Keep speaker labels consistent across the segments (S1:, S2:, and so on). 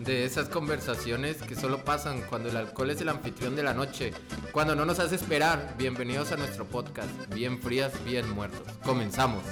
S1: de esas conversaciones que solo pasan cuando el alcohol es el anfitrión de la noche, cuando no nos hace esperar. Bienvenidos a nuestro podcast, bien frías, bien muertos. Comenzamos.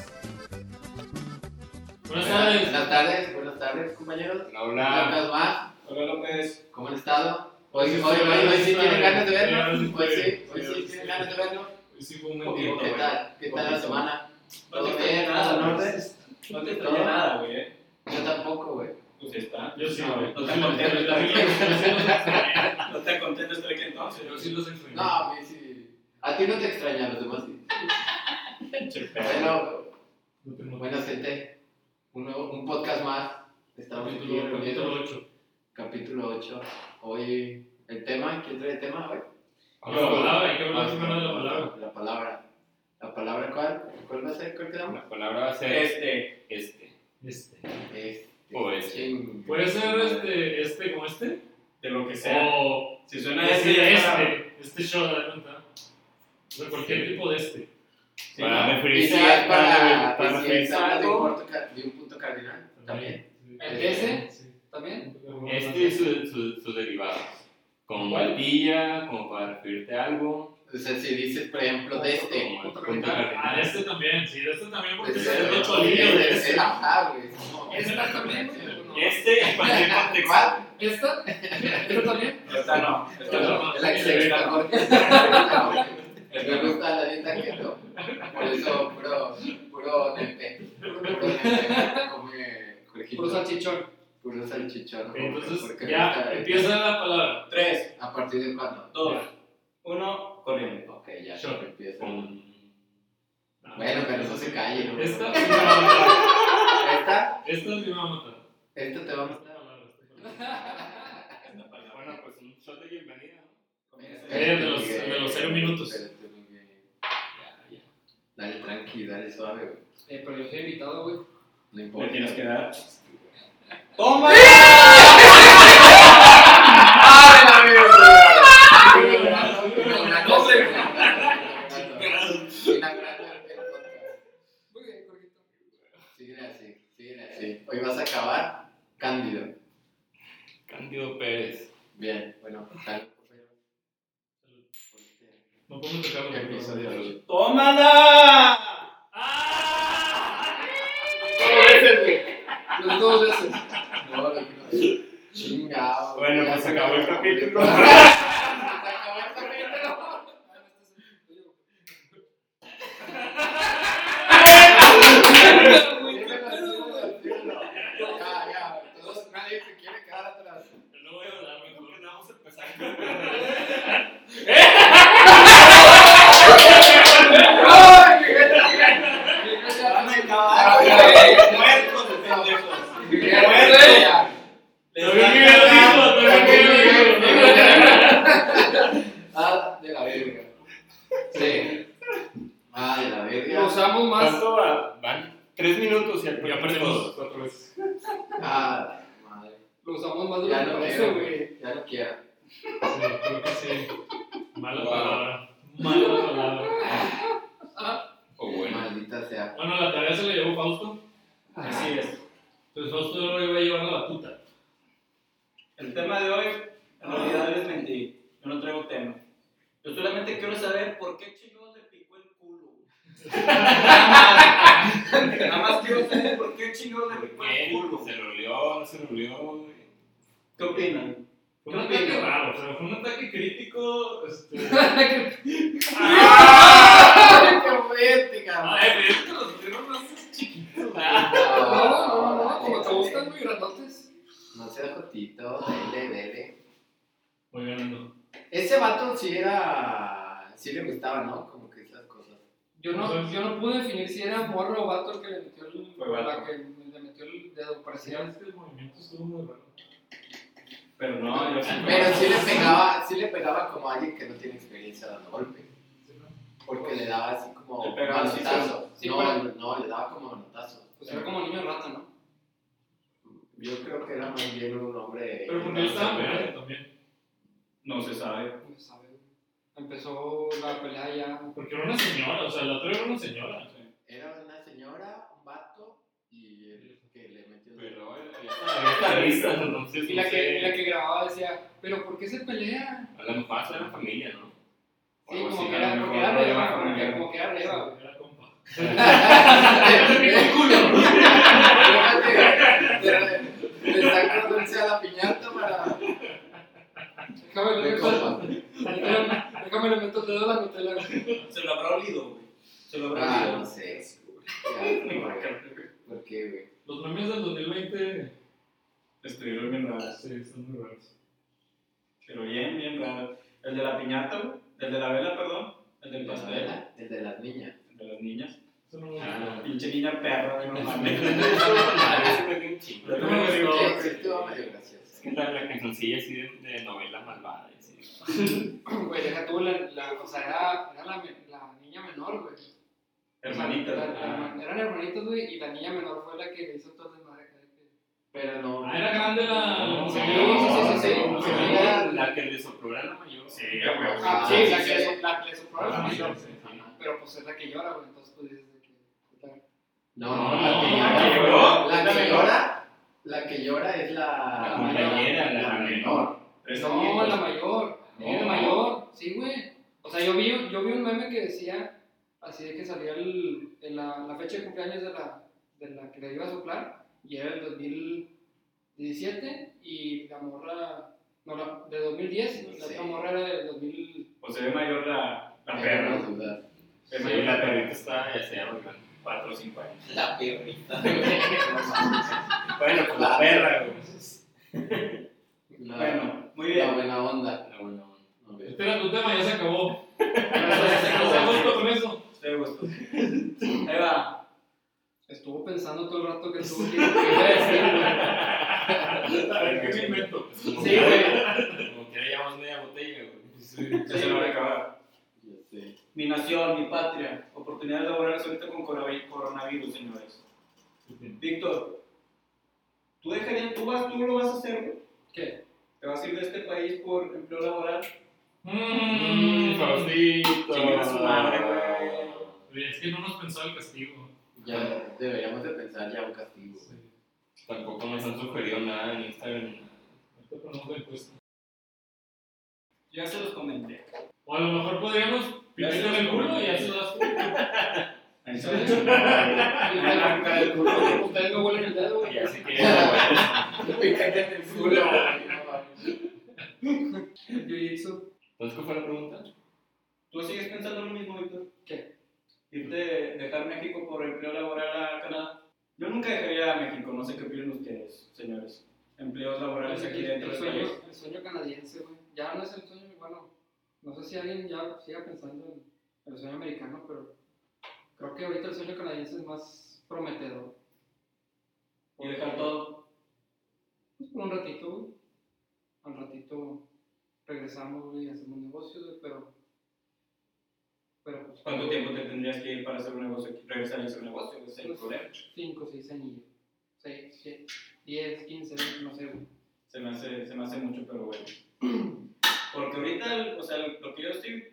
S2: Buenas tardes.
S1: Buenas tardes, buenas tardes, compañeros.
S3: Hola,
S1: Buenas más,
S3: hola López.
S1: ¿cómo han estado?
S2: Hoy
S1: Hoy,
S2: sí
S1: hoy,
S2: estoy,
S1: hoy,
S2: hoy
S1: hoy sí
S2: sí
S1: tienen
S2: estoy.
S1: ganas de
S2: Hoy sí
S1: vernos. Hoy sí, hoy
S2: estoy, hoy
S1: sí
S2: sí
S1: tienen
S2: estoy.
S1: ganas de vernos.
S3: Hoy sí fue un buen día,
S1: ¿Qué
S3: güey.
S1: tal? ¿Qué tal la semana?
S3: No te
S1: Todo
S3: extrañé
S1: bien,
S3: nada,
S1: todo
S3: no
S1: bien.
S3: te, no te extrañé nada, güey. eh.
S1: Yo tampoco, güey.
S3: Pues ya está.
S2: Yo sí,
S3: No,
S2: güey.
S3: No
S2: Yo
S3: te
S2: sí los
S3: contento, yo
S2: extrañé.
S3: también los- yo sí los extrañé. No te contento estar aquí entonces.
S2: Yo sí los extrañé.
S1: No, a mí sí. A ti no te extrañan los demás sí.
S3: Che, perro.
S1: Bueno,
S2: No tengo-
S1: bueno, gente. Un, nuevo- un podcast más. Estamos aquí
S2: Capítulo capítulo
S1: reunidos.
S2: 8.
S1: Capítulo 8. Hoy, el tema. ¿Quién trae el tema hoy?
S2: Habla la
S1: Ah,
S2: palabra, hay que hablar primero de la palabra.
S1: La palabra. ¿La palabra cuál? ¿Cuál va a ser? ¿Cuál quedamos?
S4: La palabra va a ser este.
S3: Este,
S2: Este.
S1: Este.
S4: O este.
S1: Ching.
S2: ¿Puede ser este, este como este?
S3: de lo que sea.
S2: O
S3: Si suena
S2: este,
S3: este, es para-
S2: este. Este shot, adelanta. O sea, cualquier tipo de este.
S3: Sí,
S4: Para
S3: ¿no?
S1: Y si
S4: referirse
S1: es
S4: a-
S1: para,
S4: este, para,
S1: para,
S4: para referirse a
S1: de, un
S4: algo.
S1: punto, ca- de un punto cardinal, también.
S2: Sí.
S4: ¿El
S1: eh?
S4: ese?
S2: Sí.
S4: ¿También? Este es su, su, sus derivados. Como
S2: ¿Cuál?
S4: martilla, como para referirte a algo.
S1: O sea, si dices, por ejemplo, de este.
S4: Como el
S3: punto
S4: punto
S3: cardinal.
S4: cardinal.
S2: Ah, de este también, sí, de este también porque
S1: Este,
S2: es el de
S1: este,
S2: cholillo.
S1: este,
S2: de este.
S1: ajá, güey. No,
S2: Este
S1: esta
S2: también,
S1: también,
S2: güey.
S3: Este, en cualquier contexto.
S1: ¿Cuál?
S2: ¿Esta? ¿Esta también?
S3: Esta no, esta no.
S1: Es la que se ve
S3: Esta no.
S1: mejor. Me gusta la dieta keto. Por eso, puro, puro nepe. Puro nepe. Come Jorgito.
S4: Puro salchichón.
S1: Puro salchichón. Porque
S2: Entonces,
S1: me gusta
S2: ya
S1: la-
S2: empieza la palabra.
S3: Tres,
S1: ¿A partir de cuándo?
S3: dos, uno, corriendo.
S1: Ok, ya
S2: Sure.
S1: empieza.
S4: Con-
S1: Bueno, pero no se calle, ¿no?
S2: Esta sí me va a matar.
S1: Esta,
S2: Esta sí me va a matar.
S1: esta te va a
S2: Esta
S1: matar.
S2: palabra, esta palabra.
S3: Esta palabra.
S4: Bueno, pues un shot de bienvenida.
S2: Eh, de los- de los cero minutos.
S1: Espérate, Miguel. Dale tranqui, dale suave, güey.
S5: Eh, pero yo soy invitado, güey.
S1: No
S3: Le
S1: importa.
S3: tienes que dar. ¡Toma!
S5: Muy bien, correcto.
S1: Sigue así, sigue así. Hoy vas a acabar cándido.
S4: Cándido Pérez.
S1: Bien, bueno, tal.
S2: No podemos tocarlo. por favor.
S1: Episodio ocho.
S3: ¡Tómala!
S2: ¡Ah!
S5: Los dos veces.
S1: No, no, no. Chingado.
S4: Bueno,
S1: ya
S4: pues
S1: se
S4: acabó el capítulo.
S1: Se acabó el capítulo. Ya, ya, todos, nadie se quiere quedar atrás.
S2: No voy a hablar, mejor. Vamos a empezar.
S3: ¡Van a acabar! ¡Muertos de pendejos!
S2: Lo vi que lo dijo, lo vi que lo dijo.
S1: Ah, de la verga. Sí. Ah, de la verga.
S5: Usamos más.
S4: ¿Cuánto va? Van tres minutos y al
S2: Ya perdimos cuatro veces.
S1: Ah, madre.
S5: Lo usamos más de
S1: Ya
S5: lo
S1: no
S5: que
S1: quiero,
S5: parece, güey.
S1: güey. Ya no quiero.
S2: Sí, creo que sí. Mala
S4: Wow.
S2: palabra. Mala palabra.
S4: O Oh, bueno.
S1: Maldita sea.
S2: Bueno, la tarea se la llevó Fausto.
S3: Así es.
S2: Entonces Fausto ahora iba a llevar la batuta.
S3: El tema de hoy, en realidad les mentí. Yo no traigo tema. Yo solamente quiero saber por qué chingados le picó el culo. Nada más, nada más quiero saber por qué chingados le picó el culo.
S4: Se lo olió, no se lo olió. güey.
S3: ¿Qué opinan?
S2: Fue un ataque raro, o sea, fue un ataque crítico. Este.
S1: ¡Ay, qué poética!
S2: Ay, pero es que los hicieron más chiquitos.
S5: No, no, no, como te gustan muy grandotes.
S1: No sea jotito, dele, dele.
S2: Voy ganando.
S1: Ese vato sí era. Sí le gustaba, ¿no? Como que esas cosas.
S5: Yo no, yo no pude definir si era morro o vato el que le metió el,
S3: Fue vato.
S5: la que le metió el dedo. Parecía.
S2: que el movimiento estuvo muy raro.
S3: Pero no, yo sí.
S1: Pero sí le pegaba, sí le pegaba como a alguien que no tiene experiencia dando golpes. Porque le daba así como
S3: Le pegaba así,
S1: manotazo.
S5: sí,
S1: no,
S5: para-
S1: no, le daba como manotazo.
S5: Pues era como niño rata, ¿no?
S1: Yo creo que era más bien un hombre.
S2: Pero porque yo estaba pegando también.
S3: No se sabe.
S5: No sabe. pues, Empezó la pelea ya.
S2: Porque era una señora, o sea, la otra era una señora.
S1: Era una señora, un vato y el que le metió.
S4: Pero eh,
S1: el-
S4: ahora.
S2: Pero
S4: guitarristas, entonces
S5: Y
S4: no
S5: la que,
S4: sé,
S5: y la que grababa decía, pero ¿por qué se pelea?
S4: a lo mejor hasta eran familia, ¿no? O
S5: Sí,
S4: algo
S5: como
S4: así,
S5: que
S4: a
S5: era,
S4: lo
S5: porque
S4: mejor
S5: era
S4: no
S5: reba,
S4: era
S5: como
S4: familia.
S5: que, como que era reba.
S2: Era compa.
S5: ¡Qué culo!
S6: Le saco dulce a la piñata para.
S5: Déjame le
S6: De
S5: meto
S6: compa.
S5: déjame- déjame le meto el dedo a la Nutella. güey.
S3: Se lo habrá olido, güey. Se lo habrá
S6: Ah, no
S3: olido.
S6: sé. Ya, ¿Por qué, güey?
S2: Los memes del 2020
S3: Estuvieron bien raros.
S2: sí, son muy raros.
S3: Pero bien, bien raros. El de la piñata, güey. El de la vela, perdón. El del
S6: El de la
S3: pastel.
S6: vela, El de las niñas.
S3: El de las niñas.
S2: Eso no me gusta.
S4: Ah,
S3: Pinche niña perra, güey, no mames.
S4: Madre, eso me dio un chingo.
S3: Pero
S6: No,
S3: no me
S6: es
S3: gustó,
S6: que
S3: güey.
S6: sí estuvo medio gracioso.
S4: Es que la, la cancioncilla así de, de novela malvada. y así.
S5: Güey, deja tú la, la, o sea, era, era la, me- la niña menor, güey.
S3: Hermanita,
S5: La-
S3: güey.
S5: la- Eran hermanitos, güey, y la niña menor fue la que le hizo todo el desmadre. acá de que-
S6: Pero no.
S2: Ah, era grande la.
S4: No,
S5: sí,
S4: no,
S5: sí, sí, sí,
S4: no,
S5: sí.
S4: no, era La que le sopló era la mayor.
S2: Sí, güey.
S5: Ah,
S6: Ah,
S5: sí,
S6: sí,
S5: la
S6: sí.
S5: que le- la que le sopló a la
S2: Ah,
S5: mayor,
S2: sí, sí, sí.
S5: Pero pues es la que llora, güey, entonces pues dices de que... puta,
S6: No, no,
S4: No,
S6: la que llora.
S2: la que lloró,
S6: La
S3: la
S6: que
S3: menor.
S6: llora. La que llora es la.
S4: La compañera, la- la menor.
S3: Tres
S5: No,
S3: niños.
S5: la mayor.
S4: No.
S5: La mayor, sí, güey. O sea, yo vi, yo vi un meme que decía, así de que salía el, en la, la fecha de cumpleaños de la, de la que le iba a soplar, y era el 2017, y la morra, no, la, de 2010, y la
S6: Sí.
S5: otra morra era del 2000.
S3: Pues se ve mayor la, la
S6: Tengo
S3: perra.
S6: dudas.
S4: Sí, la perrita está ya se llama güey.
S3: 4 o 5 años.
S6: La perrita.
S4: Bueno, pues la perra, güey.
S6: La-
S3: Bueno, muy
S6: La
S3: bien.
S6: buena onda.
S4: La buena onda.
S6: No, güey.
S2: Este era tu tema, ya se acabó. ¿Estás a
S3: Estoy
S2: gusto con eso?
S3: de gusto. Ahí va.
S5: Estuvo pensando todo el rato que estuvo aquí. ¿qué iba a decir, güey?
S2: A ver, ¿qué me invento?
S4: Pues como
S5: Sí,
S4: quiera-
S5: güey.
S4: Como quiera llevamos media botella, güey.
S3: Ya se lo van a acabar.
S6: Ya sé.
S3: Mi nación, mi patria. Oportunidades laborales ahorita con coronavi- coronavirus, señores. Víctor, ¿tú dejarías, tú, vas, tú lo vas a hacer, güey?
S5: ¿Qué?
S3: ¿Te vas a ir de este país por empleo laboral?
S2: Mm,
S4: Mmm,
S2: Mmm,
S4: Faustito.
S3: Chinga su madre, güey.
S2: es que no nos pensó el castigo.
S6: Ya deberíamos de pensar ya un castigo, güey.
S4: Tampoco nos han sugerido nada en Instagram.
S2: Ahorita ponemos la encuesta.
S3: Ya se los comenté.
S2: O a lo mejor podríamos pintarle el culo y ya se lo das.
S3: Ahí se los comenté.
S5: Y ustedes- Ustedes me huelen el dedo, güey.
S4: Ya se quiere la
S5: Yo hizo.
S4: Entonces, ¿cuál fue la pregunta?
S3: ¿Tú sigues pensando lo mismo, Víctor?
S5: ¿Qué?
S3: Irte, dejar México por empleo laboral a Canadá. Yo nunca dejaría a México, no sé qué opinan ustedes, señores. Empleos laborales aquí dentro
S5: El
S3: del
S5: sueño,
S3: país.
S5: el sueño canadiense, güey. Ya no es el sueño, bueno, no sé si alguien ya siga pensando en el sueño americano, pero creo que ahorita el sueño canadiense es más prometedor.
S3: Y dejar todo.
S5: Pues por un ratito, güey. Al ratito regresamos, güey, y hacemos negocios, güey, pero... Pero pues...
S3: ¿Cuánto tiempo te tendrías que ir para hacer un negocio aquí? Regresar a hacer un negocio, ese es el problema.
S5: 5, 6 pues, años. 6, 7, 10, 15, no sé, güey.
S3: Se me hace, se me hace mucho, pero bueno. Porque ahorita, el- o sea, lo que yo estoy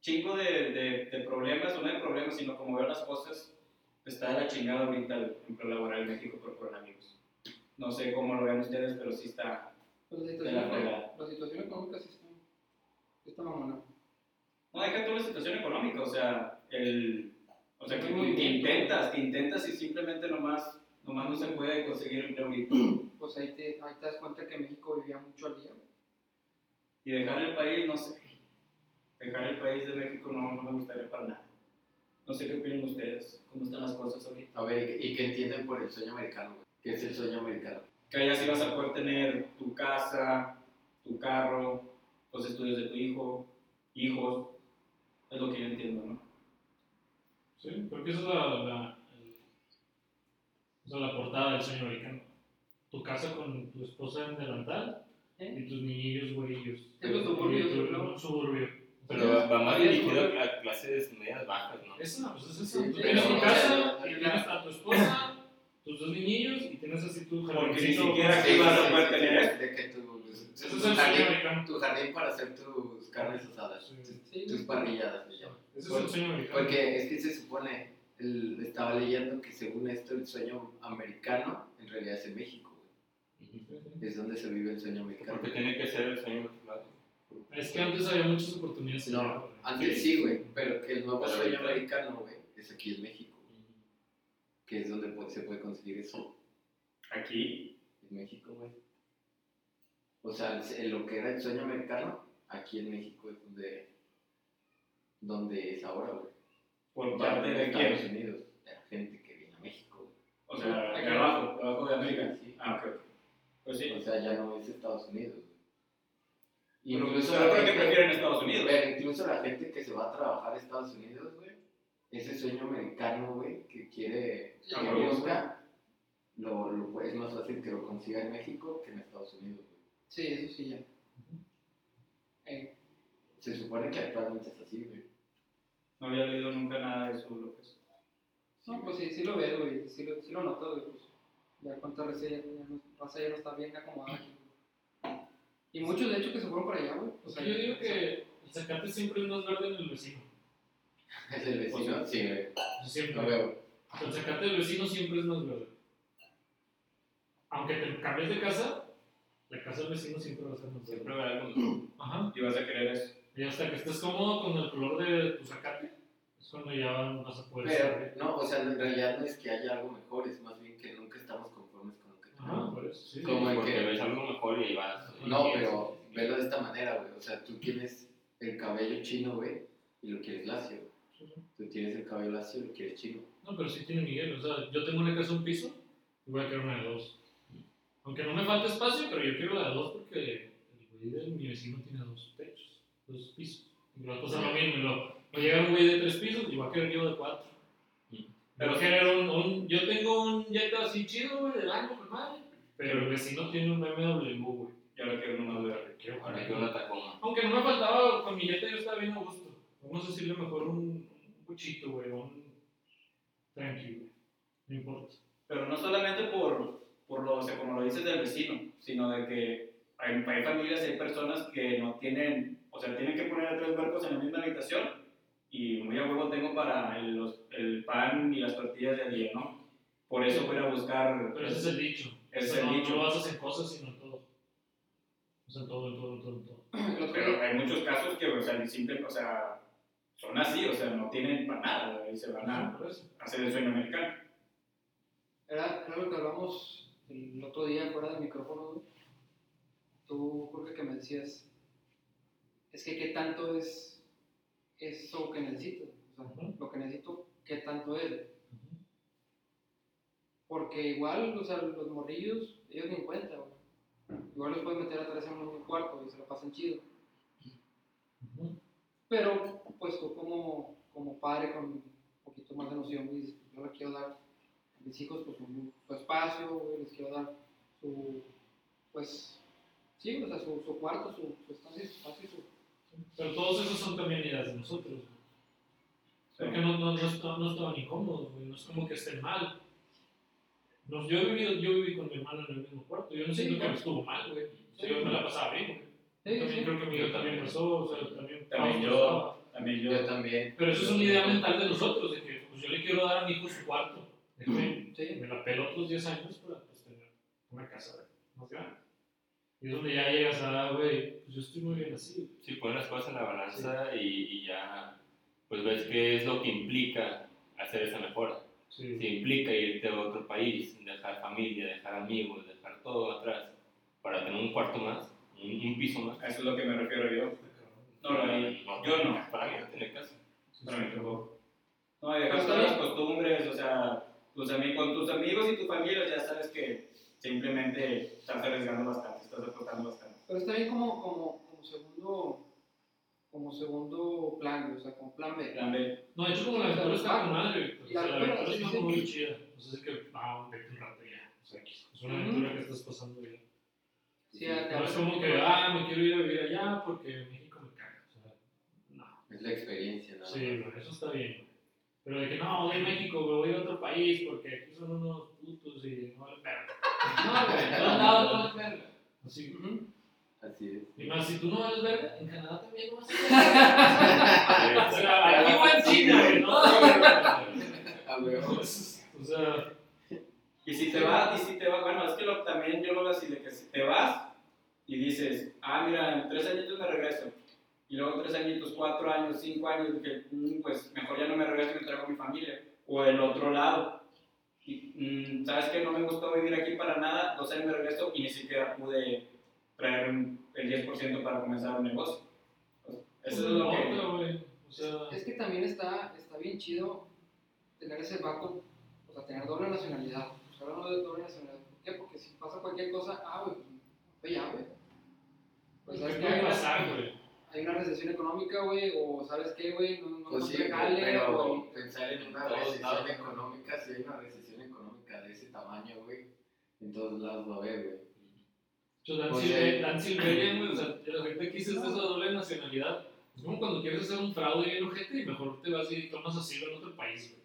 S3: chingo de, de, de problemas, o no de problemas, sino como veo las cosas, está de la chingada ahorita el empleo laboral en México por coronavirus. No sé cómo lo vean ustedes, pero sí está.
S5: Pues la
S3: De la
S5: situación,
S3: fregada.
S5: la situación económica sí está... Está mamona.
S3: No deja tú la situación económica, o sea, el. O sea, que
S5: Muy
S3: te
S5: bien.
S3: intentas, te intentas y simplemente nomás, nomás no se puede conseguir empleo ahorita.
S5: Pues ahí te, ahí te das cuenta que México vivía mucho al día, güey.
S3: Y dejar el país, no sé. Dejar el país de México no, no me gustaría para nada. No sé qué opinan ustedes, cómo están las cosas ahorita.
S6: A ver, ¿y qué- ¿y qué entienden por el sueño americano? güey? ¿Qué es el sueño americano?
S3: Que allá sí vas a poder tener tu casa, tu carro, los estudios de tu hijo, hijos. Es lo que yo entiendo, ¿no?
S2: Sí, porque esa es la, la, el- esa es la portada del sueño americano. Tu casa con tu esposa en delantal
S5: ¿Eh?
S2: y tus niñillos güerillos.
S5: En los suburbios,
S2: Y tu-
S5: ¿no?
S2: un suburbio.
S4: Pero va más dirigido a clases medias bajas, ¿no?
S2: Esa, pues es
S6: Sí,
S2: esa. Tú
S6: sí,
S2: tienes
S6: sí,
S2: tu
S6: sí.
S2: casa y tienes a tu esposa, tus dos niñillos y tienes así tu
S3: Porque ni
S2: jardincito.
S3: siquiera
S2: Sí,
S3: aquí vas a
S2: sí,
S3: poder tener
S6: sí, De que tu,
S2: sí. Eso
S6: tu
S2: es el sueño
S6: jardín,
S2: americano.
S6: tu jardín para hacer tus carnes asadas,
S2: Sí,
S5: Sí,
S6: tus
S5: güey.
S6: parrilladas, le llaman.
S2: Ese es el sueño americano.
S6: Porque es que se supone, el- estaba leyendo que según esto el sueño americano en realidad es en México. güey.
S1: Es donde se vive el sueño americano.
S4: Porque tiene que ser el sueño mexicano.
S2: Es que antes había muchas oportunidades.
S1: No, antes sí, güey, pero que el nuevo
S4: Pero
S1: sueño
S4: ahorita-
S1: americano, güey, es aquí en México, que es donde po- se puede conseguir eso,
S3: Aquí,
S1: en México, güey. O sea, es- en lo que era el sueño americano, aquí en México es donde, donde es ahora, güey.
S3: por
S1: Ya
S3: parte
S1: en
S3: de
S1: Estados
S3: quién.
S1: Unidos, la gente que viene a México, güey.
S3: O sea,
S5: Aquí.
S3: acá abajo, abajo de América.
S1: Sí.
S3: Ah, ok. Pues sí.
S1: O sea, ya no es Estados Unidos, güey.
S3: Incluso yo creo que prefieren Estados Unidos.
S1: Pero incluso la gente que se va a trabajar a Estados Unidos, güey, ese sueño americano, güey, que quiere,
S5: Ya
S1: que
S5: lo
S1: busca, lo, lo- es más fácil que lo consiga en México que en Estados Unidos, güey.
S5: Sí, eso sí, ya. Eh,
S1: Se supone que actualmente es así, güey.
S3: No había leído nunca nada de eso, López.
S5: no, pues sí, sí lo veo, güey. Sí lo, sí lo noto, güey. Pues, ya cuánta raza ya, ya no, raza ya no está bien acomodada aquí. Y muchos, de hecho, que se fueron para allá, güey. O sea,
S2: yo digo que el Zacate siempre es más verde en el vecino.
S1: Es el vecino, sí, güey.
S2: Siempre.
S1: Lo veo.
S2: El Zacate del vecino siempre es más verde. Aunque te cambies de casa, la casa del vecino siempre va a ser más
S4: Siempre
S2: verde.
S4: habrá algunos.
S2: Ajá.
S3: Y vas a querer eso.
S2: Y hasta que estés cómodo con el color de tu zacate, es cuando ya vas a poder
S1: Pero, no, o sea, en realidad no es que haya algo mejor, es más bien que nunca estamos conformes con lo que tenemos.
S2: Ajá, por eso, sí.
S1: Como el
S4: Porque
S1: que-
S4: ves algo mejor y ahí vas.
S1: No,
S4: Y
S1: pero
S4: eso.
S1: velo de esta manera, güey. O sea, tú tienes el cabello chino, güey, y lo quieres lacio, güey.
S2: Sí, sí.
S1: Tú tienes el cabello lacio y lo quieres chino.
S2: No, pero sí tiene Miguel. O sea, yo tengo una casa un piso y voy a querer una de dos. Aunque no me falte espacio, pero yo quiero la de dos porque el güey de mi vecino tiene dos techos, dos pisos. Y va a pasar lo mismo. y luego va a llegar un güey de tres pisos y va a querer yo de cuatro. Pero
S3: Pero-
S2: querer un, un- yo tengo un jet así chido, güey, de baño, con madre. Pero el vecino tiene un BMW, güey.
S3: Yo ahora quiero uno más verde.
S2: Quiero
S4: Ahora que una tacoma.
S2: Aunque no me faltaba, con mi dieta yo estaba bien a gusto. Vamos a decirle mejor un, un cuchito, güey, o un tranquilo, no importa.
S3: Pero no solamente por, por lo, o sea, como lo dices del vecino, sino de que hay, hay familias y hay personas que no tienen, o sea, tienen que poner a tres barcos en la misma habitación y muy a huevo tengo para el, los- el pan y las tortillas de día, ¿no? Por eso voy a ir a buscar.
S2: Pero ese es el dicho.
S3: Ese es
S2: O sea,
S3: el
S2: no,
S3: dicho.
S2: No lo haces en cosas, sino en todo. O sea, en todo, en todo, en todo, en todo.
S5: el otro
S3: Pero
S5: día,
S3: hay muchos casos que, o sea, simple, o sea, son así, o sea, no tienen para nada y se van a
S2: Por eso.
S3: hacer el sueño americano.
S5: era, era lo que hablamos el otro día fuera del micrófono, güey. Tú, Jorge, que me decías, es que qué tanto es eso que necesito. O sea,
S2: Ujú.
S5: lo que necesito, qué tanto es. Porque igual, o sea, los morrillos, ellos ni en cuenta, güey. Igual los puedes meter atrás en un cuarto y se lo pasan chido.
S2: Ujú.
S5: Pero, pues tú como, como padre con un poquito más de noción, güey, dices, yo le quiero dar a mis hijos pues, un- su espacio, güey, les quiero dar su, pues, sí, o sea, su, su cuarto, su, su estancia, su espacio, su...
S2: Pero todos esos son también ideas de nosotros. güey. Porque no, no, no, está- no estaban incómodos, güey. No es como que estén mal. No, yo, he vivido, yo viví con mi hermano en el mismo cuarto. Yo no siento
S5: Sí,
S2: que
S5: no.
S2: me estuvo mal, güey. O sea, yo me la pasaba bien, güey.
S5: Sí,
S2: También
S5: sí.
S2: creo que Miguel también pasó, o sea, también,
S3: También
S2: Pablo
S3: yo.
S2: pasaba.
S3: También yo.
S1: Yo también.
S2: Pero eso es una idea mental de nosotros, de que pues, yo le quiero dar a mi hijo su cuarto. Déjame-
S5: Sí.
S2: me la pelo otros 10 años para pues, tener una casa más grande. Y es donde ya llegas a, güey, pues yo estoy muy bien así.
S4: Sí, pones las cosas en la balanza y, y ya, pues ves qué es lo que implica hacer esa mejora.
S2: Sí.
S4: Si implica irte a otro país, dejar familia, dejar amigos, dejar todo atrás, para tener un cuarto más, un, un piso más.
S3: A eso es lo que me refiero yo. No, no,
S4: No,
S3: yo no.
S4: Para mí no tiene caso.
S3: Para Pues, mí tampoco. No, y dejar
S5: Pero
S3: todas
S5: está
S3: Pues, las
S5: bien.
S3: costumbres, o sea, tus ami- con tus amigos y tu familia ya sabes que simplemente estás arriesgando bastante, estás aportando bastante.
S5: Pero está bien como, como, como segundo, como segundo plan, güey, o sea, como plan B.
S3: Plan B,
S2: No, de hecho, como la aventura está con madre, güey. O
S5: La
S2: sea, la
S5: aventura,
S2: aventura es
S5: sí,
S2: una
S5: sí.
S2: muy chida. O sea, es que, ah, vete un rato ya. O sea, es una aventura que estás pasando ya.
S5: Sí, ya
S2: No
S5: te
S2: es
S5: hablas
S2: como
S5: un
S2: que,
S5: poco.
S2: ah, me quiero ir a vivir allá porque México me caga. O sea, no.
S1: Es la experiencia, ¿no?
S2: Sí, güey, eso está bien. Pero de que no, voy a México, güey, voy a otro país porque aquí son unos putos y no vale verga.
S5: No, güey,
S2: En todos lados no vale verga. Así, güey.
S5: Ujú.
S1: Así es.
S2: y más, si tú no vales verga, en Canadá también no vas a verga. O sea, aquí
S1: Pues,
S2: o en China, güey, no vales verga.
S1: Ah, güey.
S2: O sea,
S3: Y Y si te vas, y si te vas, bueno, es que lo- también yo lo veo así, de que si te vas y dices, ah, mira, en tres añitos me regreso, y luego tres añitos, cuatro años, cinco años, de que, "Mm, pues mejor ya no me regreso y me traigo a mi familia, o el otro lado, y, "Mm, sabes que no me gustó vivir aquí para nada, dos años me regreso y ni siquiera pude traer un- el 10% para comenzar un negocio. Pues, Eso es lo
S2: No,
S3: que...
S2: pero, güey, O sea,
S5: Es que también está, está bien chido tener ese banco, o sea, tener doble nacionalidad. Pues hablamos de doble nacionalidad. ¿Por qué? Porque si pasa cualquier cosa, ah, güey, pues ya, güey. Pues
S2: ¿qué
S5: sabes que
S2: puede
S5: hay
S2: pasar,
S5: una,
S2: güey?
S5: hay una recesión económica, güey, o sabes qué, güey, no, no
S1: Pues sí,
S5: te jale, o-
S1: pero pensar en una
S4: Todos lados.
S1: recesión económica, si hay una recesión económica de ese tamaño, güey, en todos lados va a haber, güey.
S2: Yo, Dan,
S1: O
S2: Silve-
S1: sea-
S2: Dan Silverian, güey, o sea, la gente que dices de esa doble nacionalidad, es como cuando quieres hacer un fraude bien urgente y mejor te vas y tomas asilo en otro país, güey.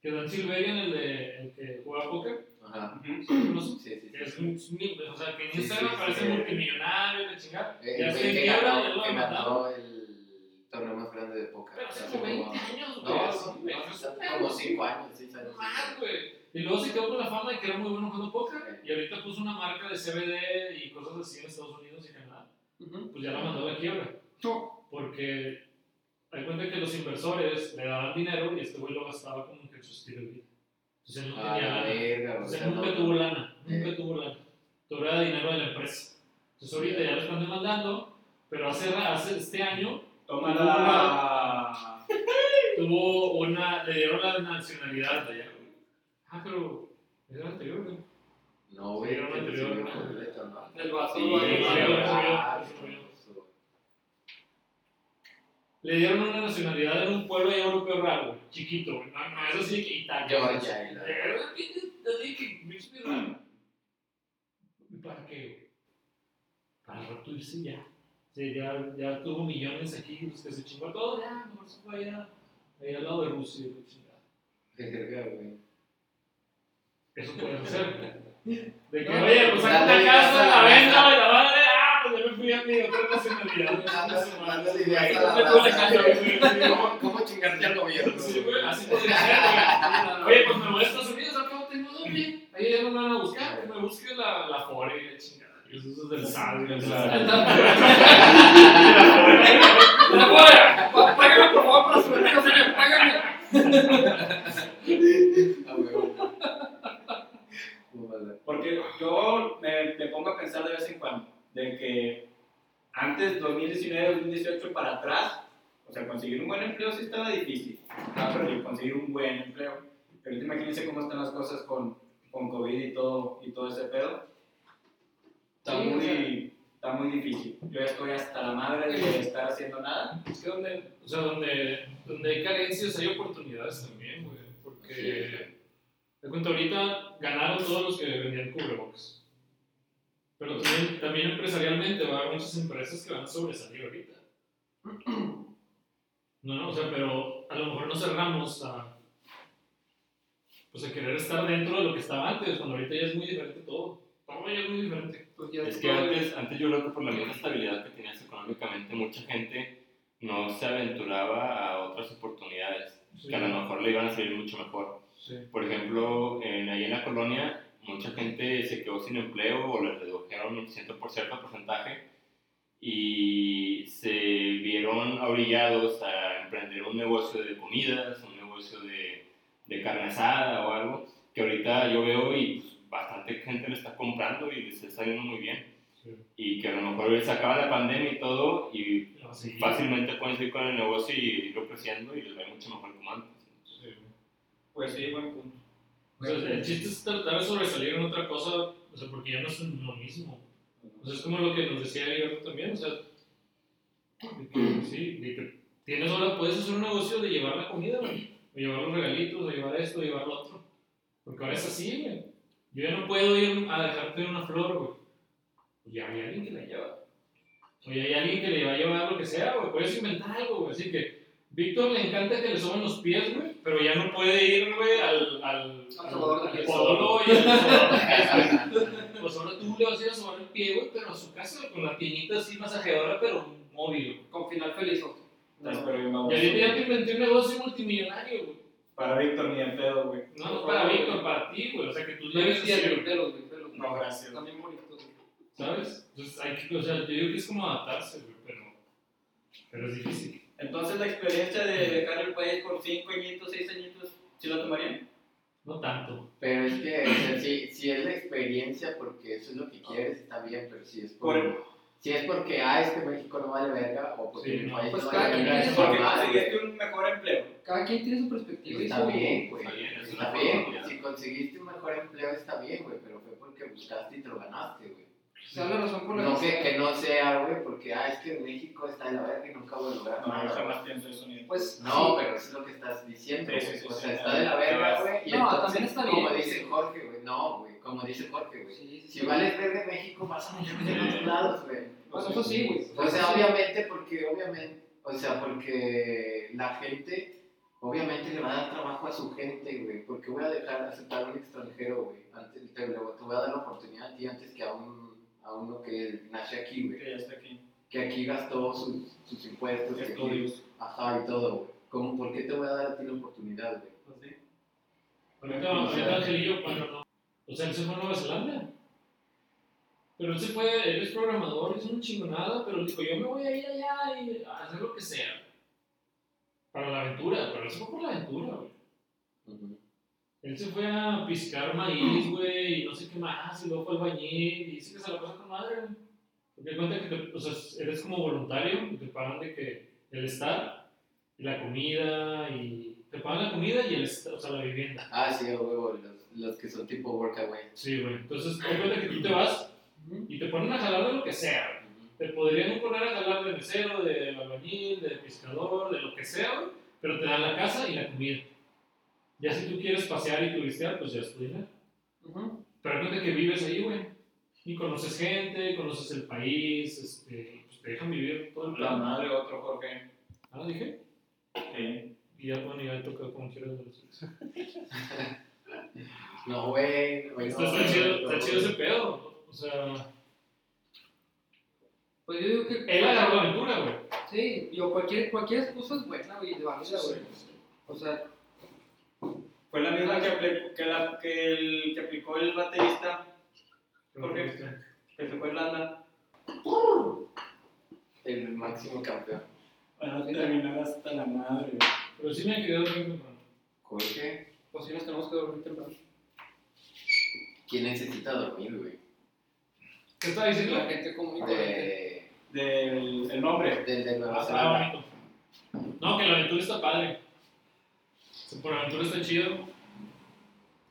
S2: Que Dan Silverian, el, de, el que juega póker,
S1: Ajá.
S3: Ujú.
S2: no sé,
S1: Sí, sí,
S2: que es
S1: sí.
S2: un, un- o sea, que en
S1: Sí,
S2: Instagram
S1: sí, sí,
S2: parece
S1: sí.
S2: multimillonario y la chingada,
S1: Eh,
S2: Ya
S1: el
S2: se
S1: güey que
S2: quiebra, ya
S1: ganó,
S2: lo
S1: que
S2: mataron.
S1: ganó el torneo más grande de póker.
S2: pero hace
S1: Hace
S2: como
S1: como-
S2: 20 años, güey.
S1: No,
S2: así,
S1: son-
S2: güey,
S1: son
S2: hace
S1: como
S2: años,
S1: 5 años, 6 años.
S2: Más, güey. Y luego se quedó con la fama de que era muy bueno jugando póker. Y ahorita puso una marca de CBD y cosas así en Estados Unidos y Canadá.
S5: Ujú.
S2: Pues ya la mandó a la quiebra. Porque hay cuenta que los inversores le daban dinero y este güey lo gastaba como que en su estilo de vida. Entonces él no
S1: Ah,
S2: tenía
S1: la
S2: lana.
S1: verga, o
S2: Entonces
S1: sea,
S2: él nunca
S1: no-
S2: tuvo lana.
S1: Eh.
S2: Nunca tuvo lana. Todo era dinero de la empresa. Entonces ahorita ya lo están demandando. Pero hace, hace este año
S3: Toma la...
S2: tuvo una. Le dieron la nacionalidad de allá. Ah, pero. Era anterior, güey.
S1: No, güey,
S2: Sí, era
S1: que
S2: un
S1: recibió
S2: anterior, ¿no?
S1: completo, ¿no?
S5: El vato,
S4: Sí,
S5: güey,
S2: sí,
S1: Ah,
S2: sí, sí, sí.
S1: su-
S2: Le dieron una nacionalidad en un pueblo ahí europeo raro, güey, chiquito, güey. No, no, eso sí que Italia. güey.
S1: Georgia y la-
S2: Pero, güey, así que, pinche raro. ¿Para qué, güey? Para el rato irse ya. Sí, ya, ya tuvo millones aquí, pues que se chingó todo, ya, mejor se fue allá, allá al lado de Rusia, güey, chingada.
S1: Verga, güey.
S2: Eso puede hacer. De que,
S1: No,
S2: oye, pues saca
S1: dale,
S2: una casa,
S1: dale,
S2: la
S1: dale.
S2: venda, güey, la madre, ah, pues yo me fui a mi otra nacionalidad. güey,
S1: Andas
S2: chinga su madre.
S1: mandando ideas a la
S2: Ahí me tuve
S1: raza.
S2: casa, güey, sí,
S1: ¿Cómo, cómo chingarte al gobierno?
S2: Sí,
S1: güey?
S2: güey, así podría ser, güey. Oye, pues me voy a Estados Unidos, acá no tengo dónde. Ahí ya no me van a buscar, que me busque la, la Fore y la chingada. Y Eso es del SAD, güey.
S4: Claro.
S2: La Fore.
S5: Págame, por favor, para subir la señor, págame.
S1: Ah, güey. Ojalá.
S3: Porque yo me, me pongo a pensar de vez en cuando, de que antes, 2019, 2018 para atrás, o sea, conseguir un buen empleo sí estaba difícil, ah, pero conseguir un buen empleo. Pero ahorita imagínense cómo están las cosas con, con COVID y todo, y todo ese pedo. Está,
S5: Sí, o
S3: muy,
S5: sea.
S3: está muy difícil. Yo ya estoy hasta la madre de estar haciendo nada.
S2: Es que donde, o sea, donde, donde hay carencias hay oportunidades también, güey. Porque,
S1: Sí, sí.
S2: te cuento, ahorita ganaron todos los que vendían cubrebocas. Pero también, también empresarialmente va a haber muchas empresas que van a sobresalir ahorita. No, no, o sea, pero a lo mejor nos cerramos a, pues a querer estar dentro de lo que estaba antes, cuando ahorita ya es muy diferente todo. Todo ya es muy diferente.
S5: Pues ya
S4: Es que antes, antes yo creo que por la misma estabilidad que tenías económicamente, mucha gente no se aventuraba a otras oportunidades
S2: Sí.
S4: que a lo mejor le iban a salir mucho mejor.
S2: Sí.
S4: Por ejemplo, en, ahí en la colonia, mucha gente se quedó sin empleo o les redujeron un ciento por cierto porcentaje y se vieron orillados a emprender un negocio de comidas, un negocio de, de carne asada o algo que ahorita yo veo y pues, bastante gente lo está comprando y les está yendo muy bien.
S2: Sí.
S4: Y que a lo mejor se acaba la pandemia y todo y
S2: No, sí.
S4: fácilmente pueden seguir con el negocio y irlo creciendo y les va mucho mejor como antes.
S2: Sí.
S3: Pues sí, buen punto.
S2: O sea, el chiste es tratar de sobresalir en otra cosa, o sea, porque ya no es lo mismo. O sea, es como lo que nos decía Guillermo también, o sea, de que, sí, de que tienes ahora, puedes hacer un negocio de llevar la comida, güey, o llevar los regalitos, o llevar esto, o llevar lo otro. Porque ahora es así, güey. Yo ya no puedo ir a dejarte una flor, güey. Pues ya hay alguien que la lleva. O ya hay alguien que le va a llevar lo que sea, güey. Puedes inventar algo, güey. Así que, Víctor le encanta que le soban los pies, güey, pero ya no puede ir, güey, al. al.
S5: Al sobador de
S2: al
S5: pies.
S2: podólogo y al sobador de pies, güey. Pues ahora tú le vas a ir a sobar el pie, güey, pero a su casa, con la piñita así masajeadora, pero móvil.
S5: Con final feliz, ojo.
S3: Entonces, pero yo me
S2: güey. Y
S3: abuso.
S2: ahorita ya te inventé un negocio multimillonario, güey.
S3: Para Víctor ni el pedo, güey.
S2: No, no para Víctor, para ti, güey. O sea, que tú llegues
S5: días
S2: así,
S5: de
S2: güey,
S5: pelos, güey, pelos.
S3: No, gracias.
S5: También bonitos. güey.
S2: ¿sabes? Entonces, hay que, o sea, yo digo que es como adaptarse, güey, pero, pero es difícil.
S3: Entonces, la experiencia de dejar el país por 5 añitos, 6 añitos, ¿sí la tomarían?
S2: No tanto.
S1: Pero es que, o sea, si, si es la experiencia, porque eso es lo que quieres, está bien, pero si es por... Si es porque, ah, es que México no vale verga, o porque
S2: Sí,
S1: mi
S2: no,
S1: país
S5: pues
S1: no
S5: cada
S1: vale
S5: quien
S1: verga,
S5: tiene
S1: es
S5: su
S3: Porque
S1: normal, güey.
S3: conseguiste un mejor empleo.
S5: Cada quien tiene su perspectiva. y
S1: Está
S5: su-
S1: bien, güey.
S4: Está bien, es
S1: Está
S4: una
S1: bien,
S4: oportunidad.
S1: si conseguiste un mejor empleo está bien, güey, pero fue porque buscaste y te lo ganaste, güey.
S5: O sea, la razón por la
S1: No que, que no sea, güey, porque, ah, es que México está en la verga y nunca voy a lograr
S3: No, yo
S1: nada. güey.
S3: jamás pienso eso ni
S5: Pues,
S1: No, pero eso es lo que estás diciendo,
S3: Sí,
S1: güey.
S3: sí, sí,
S1: o
S3: sí,
S1: sea,
S3: sí.
S1: está de la verga, güey. y
S5: No,
S1: entonces,
S5: también está
S1: Como
S5: bien.
S1: dice Jorge, güey, no, güey, como dice Jorge,
S5: sí,
S1: güey.
S5: sí, sí.
S1: Si vales verga en México, vas a morir en
S4: Sí.
S1: otros lados, güey.
S5: Pues eso sí, güey.
S1: O sea,
S5: sí.
S1: obviamente, porque obviamente, o sea, porque la gente, obviamente le va a dar trabajo a su gente, güey. Porque voy a dejar de aceptar a un extranjero, güey. Antes te, le- te voy a dar la oportunidad a ti antes que a un a uno que nace aquí, güey.
S3: Que ya está aquí.
S1: Que aquí gastó sus, sus impuestos, que aquí-
S3: Estudios.
S1: ajá, y todo, güey. ¿Cómo, ¿Por qué te voy a dar a ti la oportunidad, güey?
S3: Pues sí.
S2: Ahorita vamos a ver a Angelillo, cuando no. O sea, él se fue a Nueva Zelanda. Pero él se fue, él es programador, es una chingonada, pero dijo, yo me voy a ir allá y a hacer lo que sea. Para la aventura, pero él se fue por la aventura, güey. Él se fue a piscar maíz, güey, y no sé qué más, y luego fue al bañil, y dice que se la pasa con madre, güey. Porque cuenta que, te- o sea, eres como voluntario, y te pagan de que el estar, y la comida, y te pagan la comida y el estar, o sea, la vivienda.
S1: Ah, sí, güey, güey, los, los que son tipo workaway.
S2: Sí, güey. Entonces, ten cuenta que tú te vas y te ponen a jalar de lo que sea. güey. Te podrían poner a jalar de mesero, de albañil, de pescador, de lo que sea, güey, pero te dan la casa y la comida. Ya si tú quieres pasear y turistear, pues ya es tu dinero.
S5: Ujú.
S2: Pero cuenta que vives ahí, güey. Y conoces gente, conoces el país, este, pues te dejan vivir todo el
S3: La
S2: plan.
S3: madre, otro Jorge.
S2: Ah, dije.
S3: Sí.
S2: Y ya, bueno, ya toca como quieras de los tres.
S1: No, güey, güey,
S2: Está,
S1: no,
S2: está
S1: güey,
S2: chido,
S1: no,
S2: está chido
S1: güey.
S2: ese pedo. O sea,
S5: Pues yo digo que.
S2: él agarró la aventura, güey.
S5: Sí, yo cualquier, cualquier excusa es buena, güey, de válida, güey. O sea,
S3: Fue la misma que aplicó, que la, que el, que aplicó el baterista ¿Por qué? que se fue a Irlanda.
S1: El máximo campeón.
S3: Bueno, terminar hasta la madre. güey.
S2: Pero sí me han quedado bien temprano.
S1: Jorge,
S5: pues sí nos tenemos que dormir temprano.
S1: ¿quién necesita dormir, güey?
S2: ¿Qué estaba diciendo?
S5: La gente común y corriente.
S1: De,
S3: Del el nombre.
S1: del de Nueva Zelanda.
S2: Ah, bonito. No, que la aventura está padre. O sea, Por la aventura está chido.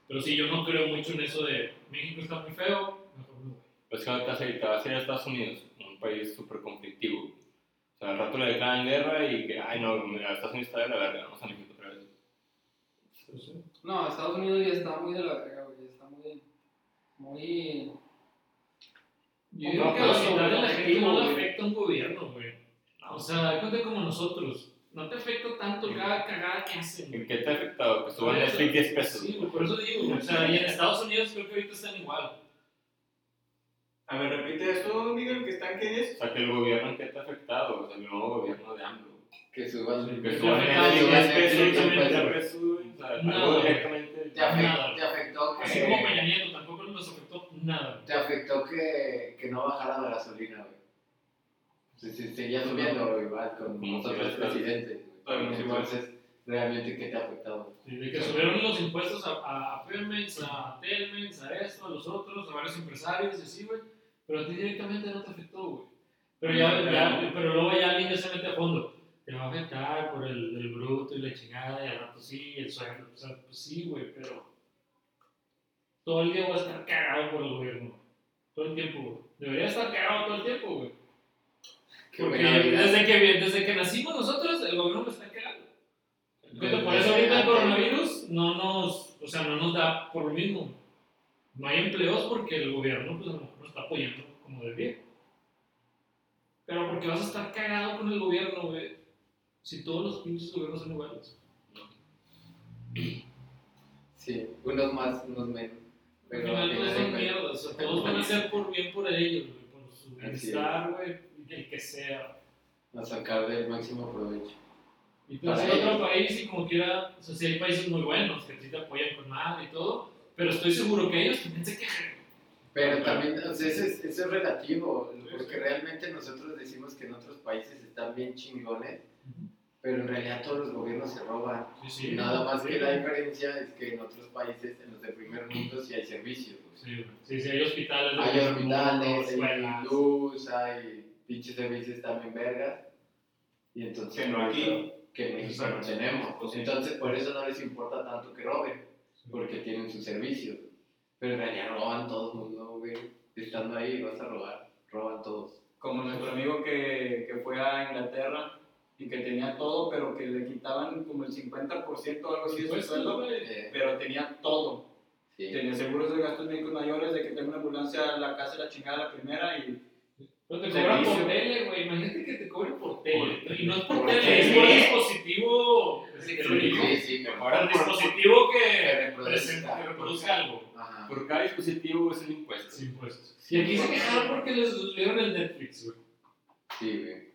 S2: Pero sí, yo no creo mucho en eso de México está muy feo. Mejor no.
S4: Pues que ahorita se- te vas a ir a Estados Unidos, un país súper conflictivo. O sea, al rato le declaran guerra y que, ay no, mira, Estados Unidos está de la verga, vamos a México otra vez.
S5: No, Estados Unidos ya está muy de la verga, güey. Ya está muy. Muy.
S2: Yo digo que a
S5: No,
S2: la
S5: pero
S2: mitad de la gente no le
S5: güey.
S2: afecta un gobierno, güey. O sea, da cuenta como nosotros. No te afecta tanto cada cagada que hacen.
S4: ¿En
S2: güey.
S4: qué te ha afectado? Que suban
S2: Por
S4: el
S2: eso.
S4: 10 pesos.
S2: Sí, güey, por eso digo. güey. O sea, y en Estados Unidos creo que ahorita están igual.
S3: A ver, repite eso, Miguel, que están que
S4: O
S3: es.
S4: sea, que el gobierno en qué te ha afectado, o sea, el nuevo gobierno de AMLO.
S1: Que suban.
S4: Que
S2: te
S4: suban
S2: afecta
S4: el 10 pesos,
S1: directamente,
S4: el 10
S1: güey.
S4: pesos, güey. o sea,
S2: No,
S4: algo
S2: güey.
S4: directamente.
S1: pues, Te, afe-
S2: Nada.
S1: te afectó
S2: Así como
S1: que.
S2: Peña Nieto, tampoco nos afectó nada. güey.
S1: Te afectó que, que no bajara la gasolina, güey. Se, se seguía subiendo, güey, igual con
S4: Como
S1: los otros
S4: siempre.
S1: presidentes. güey.
S4: Bueno, sí,
S1: Entonces,
S2: pues.
S1: realmente, ¿qué te ha afectado?
S2: Sí, de que subieron los impuestos a, a, a Pemex, a Telmex, a esto, a los otros, a varios empresarios y así, güey. Pero a ti directamente no te afectó, güey. Pero, ya, ya- pero luego ya alguien ya se mete a fondo. Te va a afectar por el, el bruto y la chingada, y al rato sí, y el sueldo. O sea, pues sí, güey, pero. Todo el día voy a estar cagado por el gobierno. Todo el tiempo, güey. Debería estar cagado todo el tiempo, güey.
S1: Qué
S2: Porque
S1: buena vida.
S2: desde que, desde que nacimos nosotros, el gobierno me está cagando. Pero por eso ahorita el coronavirus no nos, o sea, no nos da por lo mismo. No hay empleos porque el gobierno pues, a lo mejor no está apoyando como debería. Pero porque vas a estar cagado con el gobierno, güey. Si todos los pinches gobiernos son iguales.
S1: Sí, unos más, unos menos. Pero
S2: Al
S1: al final
S2: final todos
S1: de
S2: son
S1: cuentas-
S2: mierdas. O sea, todos van a hacer por bien por ellos, güey. Por su
S1: Así es.
S2: bienestar, güey. El que sea.
S1: a sacar del máximo provecho.
S2: Y te vas a otro país y como quiera, o sea, sí hay países muy buenos que a ti te apoyan con nada y todo, pero estoy seguro que ellos también se quejan.
S1: Pero también, o sea, eso es, eso es relativo, porque realmente nosotros decimos que en otros países están bien chingones, pero en realidad todos los gobiernos se roban.
S2: Sí,
S1: Y
S2: sí.
S1: nada más
S2: sí,
S1: que la diferencia es que en otros países, en los de primer mundo, sí hay servicios. pues. güey.
S2: Sí, güey. sí, sí, hay hospitales.
S1: Hay
S2: hay
S1: hospitales, hay
S2: escuelas.
S1: luz, hay pinches servicios también vergas. Y entonces,
S3: Que no
S1: por
S3: aquí.
S1: eso- que en México no
S3: Exacto. Pues
S1: tenemos.
S3: sí.
S1: Entonces, por eso no les importa tanto que roben, porque tienen sus servicios. Pero en realidad roban todo el mundo, güey. Estando ahí vas a robar, roban todos.
S3: Como nuestro amigo que, que fue a Inglaterra y que tenía todo, pero que le quitaban como el 50% o algo así de su
S2: Pues,
S3: sueldo,
S2: güey.
S1: Eh,
S3: pero tenía todo.
S1: sí.
S3: Tenía seguros de gastos médicos mayores, de que tengo una ambulancia a la casa de la chingada la primera y...
S2: Pero te
S3: Servicio.
S2: cobran por tele, güey. Imagínate que te cobren por tele.
S4: Por
S2: Y no es por
S1: Por
S2: tele,
S1: tele.
S2: es por dispositivo
S4: Sí,
S2: electrónico.
S1: Sí, sí,
S4: Me
S1: me
S4: acuerdo.
S2: Un dispositivo que
S1: Que
S2: presenta- que reproduzca algo.
S1: Ajá.
S4: Por cada dispositivo es un impuesto.
S2: Sin impuestos. Y aquí se quejaron porque les dieron el Netflix, güey.
S1: Sí, güey.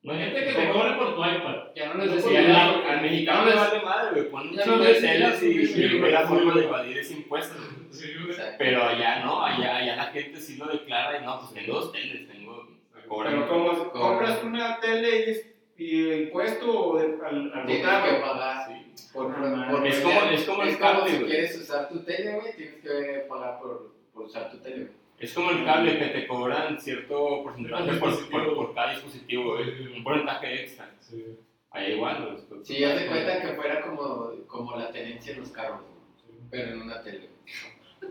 S2: Imagínate que te cobren por tu iPad.
S5: Ya no les
S4: Sí,
S5: decía
S4: al,
S5: nada.
S4: pues, al mexicano le vale madre, güey. Pon un
S5: Ya
S4: chingo
S5: no
S4: de
S5: ves, ya
S4: teles y,
S5: subí,
S4: y
S2: güey.
S4: ve la forma de evadir ese impuesto.
S2: Sí, güey.
S1: Exacto.
S4: Pero allá no, allá, allá la gente sí lo declara y no, pues tengo dos teles, tengo. me cobran.
S3: Pero como compras una tele y, es- y el impuesto o de- al, al
S1: Tienes
S3: votar,
S1: que pagar
S4: Sí.
S1: por,
S3: Ah,
S1: por,
S3: man.
S1: por
S4: Es como- es como el cable,
S1: si
S4: güey.
S1: quieres usar tu tele, güey, tienes que pagar por, por usar tu tele. güey.
S4: Es como el cable que te cobran cierto porcentaje por, por, por cada dispositivo, güey, un porcentaje extra.
S2: Sí, güey.
S4: Allá igual. güey. Pues,
S1: Sí, haz de cuenta que fuera como, como la tenencia en los carros, güey,
S2: Sí. Ah,
S1: pero en una tele. güey.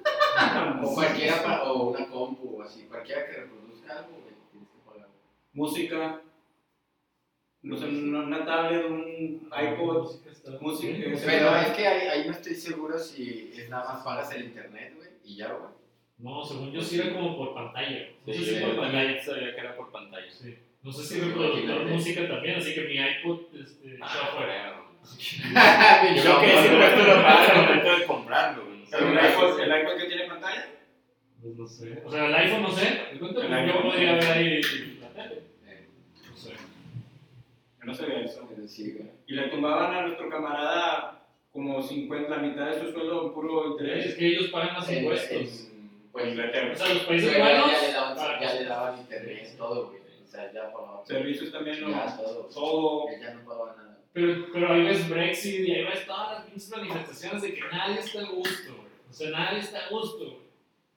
S1: O cualquiera, pa- o una compu, o así, cualquiera que reproduzca algo, güey, tienes que pagar.
S3: música, no sé, una, una tablet, un iPod,
S2: Música está-
S3: música...
S2: Sí.
S1: Pero es que ahí, ahí no estoy seguro si es nada más pagas el internet, güey, y ya, güey.
S2: No, según yo sí era como por pantalla. No sé
S4: Sí,
S2: si
S4: yo
S2: por pantalla.
S4: también sabía que era por pantalla.
S2: Sí. No sé si reproductor de música también, así que mi iPod este,
S4: Ah,
S2: shuffle.
S4: fuera. Yo creo
S1: Yo
S4: que ese impuesto lo pagas al momento de comprarlo. güey.
S3: ¿El iPod, ¿El iPod que tiene pantalla?
S2: Pues no sé. O sea, el iPhone no sé. ¿te cuento?
S4: El iPhone.
S2: Yo podría ver ahí la tele.
S1: Eh,
S2: No sé.
S3: Yo no sabía eso.
S1: pero sí, güey.
S3: Y le tumbaban a nuestro camarada como 50, la mitad de su sueldo en puro
S2: Es
S3: interés.
S2: que ellos pagan más
S1: En-
S2: impuestos.
S1: en- pues,
S3: Pues
S2: O
S3: Inglaterra.
S2: sea, los
S1: Pero
S2: países
S1: ya,
S2: buenos.
S1: le daban,
S2: pagan
S1: ya
S2: más.
S1: le daban internet, todo, güey. O sea, ya pagaban.
S3: Servicios también, ¿no?
S1: Ya, todo.
S3: Todo.
S1: Ya no pagaba nada.
S2: Pero, pero ahí ves Brexit y ahí ves todas las pinches manifestaciones de que nadie está a gusto, güey. O sea, nadie está a gusto, güey.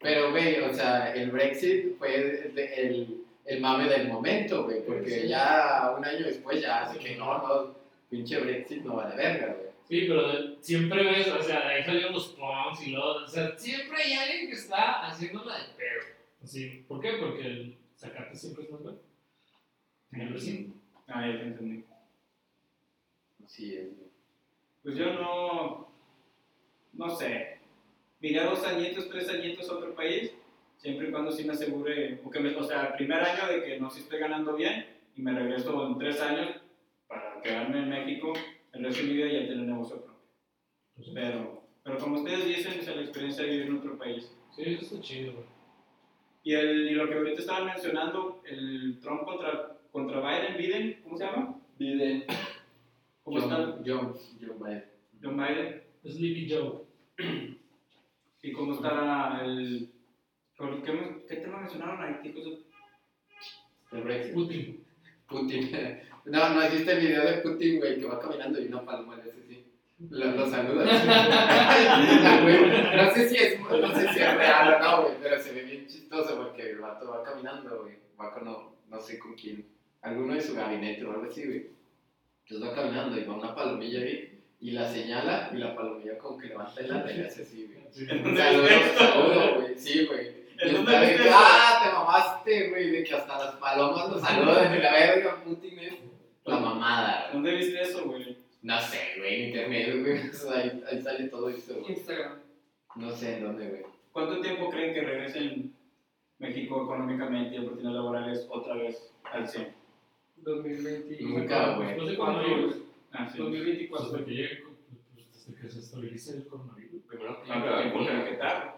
S1: Pero, güey, o sea, el Brexit fue el, el, el mame del momento, güey. Porque
S2: Sí.
S1: ya un año después ya hace que no, no, pinche Brexit no vale verga, güey.
S2: Sí, pero de- siempre ves, o sea, de ahí salieron los punks y los, o sea, siempre hay alguien que está haciéndola de pedo. Así, ¿Por qué? Porque el sacarte siempre es más bueno. Siempre sí.
S3: Ah, ya te entendí.
S1: Sí, es, güey.
S3: Pues yo no. No sé. Miré dos añitos, tres añitos a otro país, siempre y cuando sí me asegure. O, que me- o sea, el primer año de que no sí estoy ganando bien y me regreso en tres años para quedarme en México el resto de mi vida y ya tener negocio propio. Pero, pero como ustedes dicen, o sea, la experiencia de vivir en otro país.
S2: Sí, eso está chido, güey.
S3: Y, el, y lo que ahorita estaban mencionando, el Trump contra, contra Biden, Biden, ¿cómo se llama?
S1: Biden.
S3: ¿Cómo está
S1: John, John, John Biden.
S3: John Biden?
S2: Sleepy Joe.
S3: ¿Y cómo está el... ¿Qué, qué- qué tema mencionaron ahí, chicos?
S1: El Brexit.
S2: Putin.
S1: Putin. No, no existe el video de Putin, güey, que va caminando y una paloma le hace así. Lo, lo saluda. La güey. no sé si es, no sé si es real o no, güey, pero se ve bien chistoso porque el vato va caminando, güey. Va con, no, no sé con quién. Alguno de su gabinete o algo así, güey. Entonces va caminando y va una palomilla ahí y la señala y la palomilla como que levanta el ala y le hace así, güey.
S2: Sí.
S1: Saludo, saludo, güey. Sí, güey.
S3: ¿En
S1: Y
S3: dónde
S1: está de
S3: viste
S1: que,
S3: eso?
S1: ah, te mamaste, güey, de que hasta las palomas lo saludan y la verga, Putin es la mamada. güey.
S3: ¿Dónde viste eso, güey?
S1: No sé, güey, en internet, güey, o sea, ahí, ahí sale todo esto, güey.
S5: Instagram.
S1: No sé en dónde, güey.
S3: ¿Cuánto tiempo creen que regresen México económicamente y oportunidades laborales otra vez al 100?
S5: 2020.
S1: Nunca, güey.
S2: Después de coronavirus.
S3: Ah, sí.
S5: 2024.
S2: Desde que llegue, pues, desde que se estabilice el coronavirus.
S4: Primero que
S3: Ah, pero tiempo
S4: vacuna.
S3: que ¿qué tal?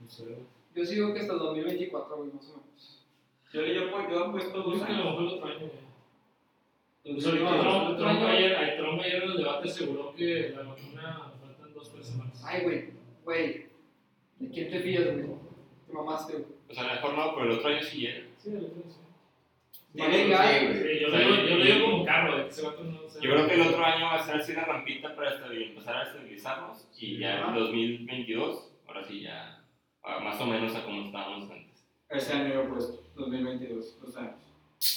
S2: No sé.
S5: Yo sigo que hasta 2024, güey, más o menos.
S3: Yo le yo, yo he puesto
S2: Yo creo
S3: dos
S2: pues, que a lo
S3: años.
S2: mejor lo traen, güey. Entonces, ahorita Trump, Trump ayer, ay, Trump ayer en el debate aseguró que la vacuna faltan dos, tres semanas.
S5: Ay, güey, güey. ¿De quién te fías, güey? Te mamaste, güey.
S4: O sea, pues, a lo mejor no, pero el otro año sí ¿eh? llega.
S2: Sí, la verdad, sí.
S5: Vale, ya,
S1: güey.
S2: Sí, yo
S4: O sea,
S2: le digo- yo le digo
S4: yo-
S2: como carro, de que se va con no sé.
S4: Yo creo que el otro año va a ser así una rampita para estabil- empezar a estabilizarnos y ya en
S5: Ajá.
S4: 2022, ahora sí ya ah, más o menos a como estábamos antes.
S3: Ese año yo he puesto, 2022, dos años.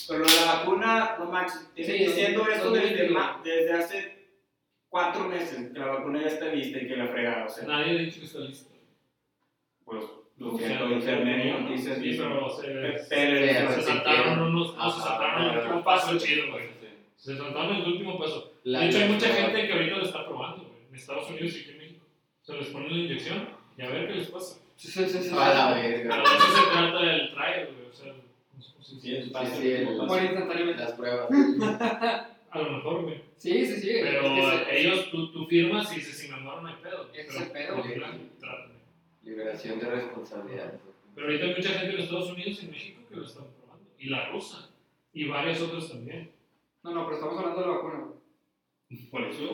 S3: Pero lo de la vacuna, no manches, tiene
S5: Sí,
S3: diciendo eso
S5: 2022.
S3: desde, ma- desde hace cuatro meses, que la vacuna ya está lista y que la fregada, o sea,
S2: Nadie ha dicho que está listo.
S4: Pues
S3: lo siento, enfermería, noticias,
S2: Sí, pero se,
S3: pero-
S2: se,
S1: Pero-
S2: se
S1: sí,
S2: saltaron
S1: pero-
S2: unos, no, se
S1: Ajá,
S2: saltaron
S1: pero-
S2: un paso chido, güey. Se saltaron el último paso.
S6: La-
S2: de hecho, hay
S6: la-
S2: mucha gente que ahorita lo está probando, güey. En Estados Unidos y aquí en México. Se les pone la inyección y a ver qué les pasa.
S5: Sí, sí, sí, sí.
S1: A la
S2: Pero
S1: verga.
S2: de eso se trata del trial, güey. O sea, no sé si-
S3: Sí, es
S1: Sí,
S3: fácil.
S1: sí, el-
S5: Muere instantáneamente.
S1: Las pruebas.
S2: a lo mejor, güey.
S5: Sí, sí, sí.
S2: Pero
S5: es que
S1: eh,
S5: se-
S2: ellos, tú, tú firmas y dices, si me muero no hay pedo.
S5: Ese
S2: Pero-
S5: es el pedo,
S1: güey.
S2: claro, trátame.
S1: Liberación de responsabilidades.
S2: Pero ahorita hay mucha gente en Estados Unidos y en México que lo están probando. Y la rusa. Y varios otros también.
S5: No, no, pero estamos hablando de la vacuna, güey.
S4: Por eso,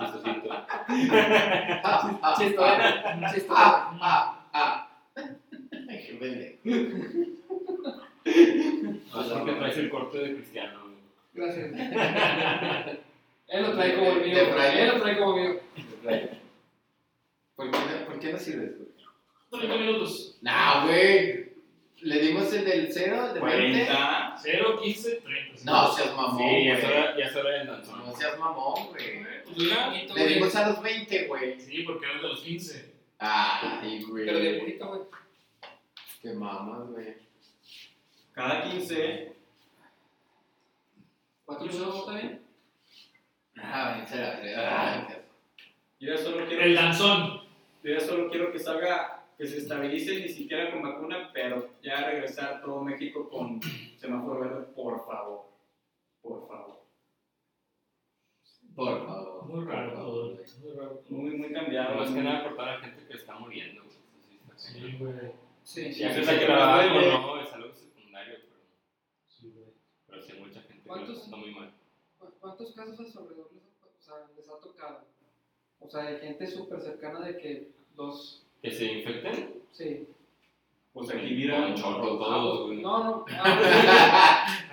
S4: chistosito.
S1: Ah, ah,
S5: Chistón, chistón.
S1: ah, ah, ah. Ay, qué pendejo.
S4: Más porque Pues traes el corte de Cristiano. güey.
S5: Gracias. Él lo trae como el mío.
S1: De
S5: güey.
S1: Brian.
S5: Él lo trae como mío.
S1: ¿Por qué, no- ¿Por qué no sirves, güey?
S2: 30 minutos.
S1: Nah, güey. Le dimos el del 0, el de 20.
S4: 40.
S2: 0, 15, 30.
S1: Ah, No seas mamón.
S4: Sí, ya es
S1: güey.
S4: hora, ya es hora del danzón.
S1: No seas mamón, güey.
S2: Pues ya.
S1: Le dimos a los 20, güey.
S2: Sí, porque eres de los 15.
S1: Ay,
S5: Pero de
S1: güey.
S5: poquito, güey.
S1: Qué mamas, güey.
S3: Cada 15,
S5: ¿Cuatro shows está bien?
S1: Ah, ven, se la verga.
S3: yo ya solo quiero,
S2: El danzón.
S3: yo ya solo quiero que salga, que se estabilice ni siquiera con vacuna, pero ya regresar todo México con semáforo verde, por favor. Por favor.
S1: Por favor.
S2: Muy raro
S1: por favor,
S2: todo.
S1: güey.
S2: Muy raro todo.
S3: Muy, muy
S4: Pero
S3: cambiado.
S4: Más que
S3: muy-
S4: nada cortar a la gente que está muriendo. güey. Sí, está cañón.
S2: Sí, güey.
S5: Sí.
S4: Ya
S3: sí,
S4: que
S3: sí,
S4: se
S3: sí,
S4: trabaja,
S3: sí, güey.
S4: no, es algo secundario, pero,
S2: Sí, güey.
S4: pero sí hay mucha gente que lo
S5: ¿Cuántos?
S4: está muy mal.
S5: ¿Cu- ¿Cuántos casos de sobredosis o sea, les ha tocado? O sea, de gente súper cercana de que dos.
S4: ¿Que se infecten?
S5: Sí.
S3: Pues aquí
S4: Un
S3: mira,
S4: chorro
S5: Ah,
S4: todos, güey.
S5: No, no. ah,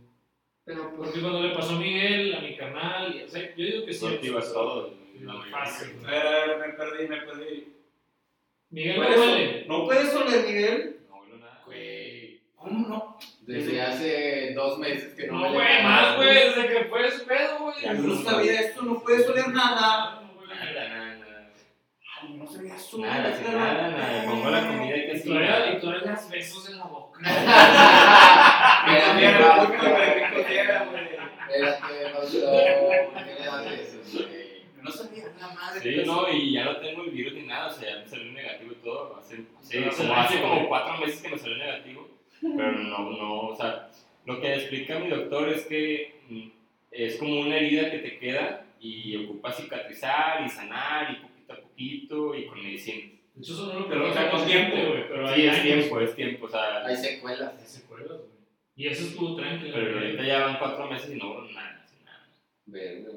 S5: pero pues.
S2: Porque cuando le pasó a Miguel, a mi canal, o sea, yo digo que sí.
S4: No activas todo, güey, la
S2: Fácil,
S3: A
S4: mayoría.
S2: güey.
S3: ver, a ver, me perdí, me perdí.
S2: Miguel no huele.
S3: No puedes oler, Miguel.
S4: No huelo nada.
S1: Güey.
S3: ¿Cómo no?
S1: Desde hace dos meses que no
S2: No,
S1: me
S2: güey,
S1: levanto.
S2: más, güey. Desde que fue ese pedo, güey.
S4: Ya
S3: Yo no sabía esto, no puedes oler
S2: No,
S3: nada.
S2: no huele nada.
S4: Nada, nada, nada.
S3: Ay, no sabía eso.
S4: Nada, sin nada, nada. Pongo la comida y que
S2: Y
S4: sí.
S2: todavía, y todavía las besos en la boca.
S1: Era mi
S3: Mira,
S1: hermano,
S3: güey, qué rico era, güey.
S1: Era mi hermano. ¿Qué le das eso, güey?
S3: Yo No sabía nada más. de
S4: Sí,
S3: esto.
S4: no, y ya no tengo el virus ni nada, o sea, ya me salió negativo y todo. Hace, sí,
S2: Hace
S4: como
S2: mucho,
S4: hace
S2: güey.
S4: como cuatro meses que me salió negativo, pero no, no, o sea, lo que explica mi doctor es que mm, es como una herida que te queda y ocupa cicatrizar y sanar y poquito a poquito y con medicina.
S2: De hecho, eso no lo
S3: Pero, o
S2: pregunta
S3: sea, con
S2: mucha
S3: tiempo.
S2: gente, güey. Pero
S4: Sí,
S2: hay
S4: es
S2: años
S4: tiempo, es tiempo, o sea,
S1: Hay secuelas.
S2: de secuelas, güey. Y eso estuvo tranquilo.
S4: pero ahorita ya van cuatro meses y no hubo nada, así, nada.
S1: Verga.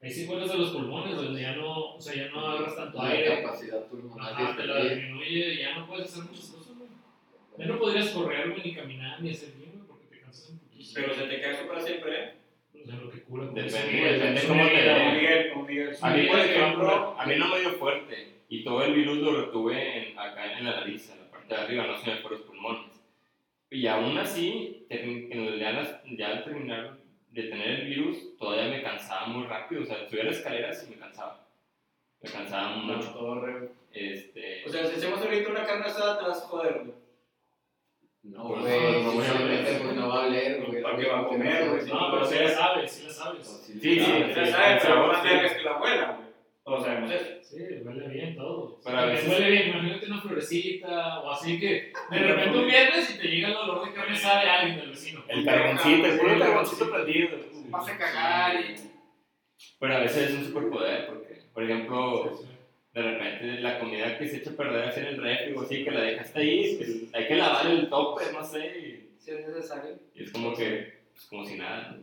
S2: Hay secuelas de los pulmones, donde ya no, o sea, ya no agarras tanto
S1: La
S2: aire.
S1: capacidad
S2: Ajá,
S1: pulmonar.
S2: te la disminuye, ya no puedes hacer muchas cosas, güey. Ya no podrías correr, güey, ni caminar, ni hacer bien, güey, porque te cansas un poquito.
S3: Pero se te queda eso para siempre, ¿eh?
S2: O sea, lo que cura. como
S4: Depende,
S2: dice, güey,
S4: depende
S2: es
S4: cómo
S2: una
S4: te
S2: herida,
S4: dé.
S3: Con
S2: güey.
S3: Miguel, con Miguel.
S4: A mí, por
S2: Sí,
S4: ejemplo, a mí no me dio fuerte y todo el virus lo retuve en- acá en la nariz, en la parte de arriba, no se me fueron los pulmones. Y aún así, termi- en- ya, las- ya al terminar de tener el virus, todavía me cansaba muy rápido. O sea, subía las escaleras y me cansaba. Me cansaba mucho.
S3: Torre.
S4: Este,
S3: O sea, si hacemos ahorita una carne asada, te vas a joder, güey.
S1: No,
S4: Pues,
S1: güey,
S4: no,
S1: si
S4: no,
S1: se
S4: no,
S1: mete,
S4: no,
S1: pues no va a leer, güey.
S3: ¿Para qué va a comer, güey?
S2: No, pero sí la sabes, sí la sabes.
S1: Sí,
S4: Sí, sí.
S3: Ya sabes, pero más vergas que la abuela, güey. Todos sabemos eso.
S2: Sí, huele bien todo.
S4: Pero a veces-
S2: Huele bien, imagínate una florecita o así que de repente un viernes y te llega el olor de cabeza de alguien del vecino.
S4: El carboncito, el puro carboncito prendido.
S5: Vas a cagar y.
S4: Pero a veces es un superpoder, porque, por ejemplo, de repente la comida que se echa a perder así en el refri o así, que la dejaste ahí, que hay que lavar el tope, no sé. y-
S5: Si es necesario.
S4: Y es como que, pues como si nada.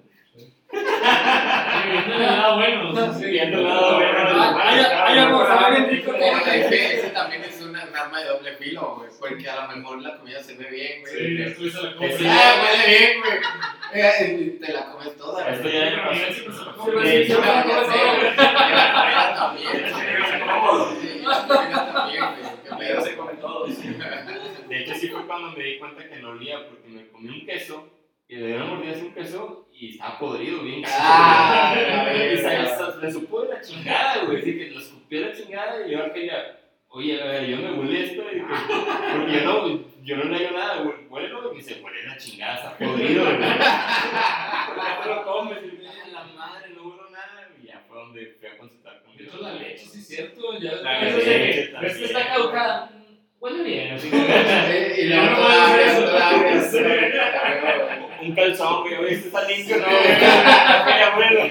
S2: Ah, bueno. sí, sí.
S4: Viendo nada
S2: Ah,
S4: bueno.
S5: Ay, ay, amor, sabe bien rico.
S1: Pero la diferencia también es una un arma de doble filo, güey. Porque a lo mejor la comida se ve bien, güey.
S2: Sí, después se la
S4: Sí.
S2: compra.
S1: Ah, huele bien, güey. Eh, Te la comes toda. güey.
S4: Esto ya me
S2: Pero a
S4: pasó.
S2: mí siempre se la
S5: Sí,
S2: compra.
S5: pues, sí,
S1: Yo me
S5: yo me
S1: la
S5: la
S1: comí,
S5: como
S1: güey.
S5: toda, güey.
S1: Yo también,
S4: Sí,
S1: güey.
S4: sí, cómodo.
S1: Sí, yo también, güey. Qué
S3: Pero
S1: pedo.
S3: se comen todos.
S4: De hecho, sí fue cuando me di cuenta que no olía, porque me comí un queso, y de una mordida hacia un queso, y estaba podrido, bien gacho.
S1: Ah,
S2: la
S1: verga.
S4: y sabía, hasta le supo de la chingada, güey. Así que lo escupí de la chingada, y yo aquella, oye, a ver, yo me huele esto, y dije, porque yo no, yo no le digo nada, güey, huelo, y me dice, huele la chingada, está podrido, güey. Ya te lo comes, y me dice, la madre, no huelo nada, y ya fue donde fui a consultar con mi
S2: Esto es la
S4: doctor.
S2: leche, sí es cierto. Ya
S4: La
S2: eso
S4: leche
S2: de que ves que
S4: también.
S2: está caducada. mm, Huele bien, así que.
S1: Y
S2: Yo
S1: la
S2: no
S1: otra,
S2: puedo hacer
S1: la
S2: eso.
S1: otra, la otra, güey.
S4: Un calzón, güey, oye, este está limpio, no, güey. Ya huelo.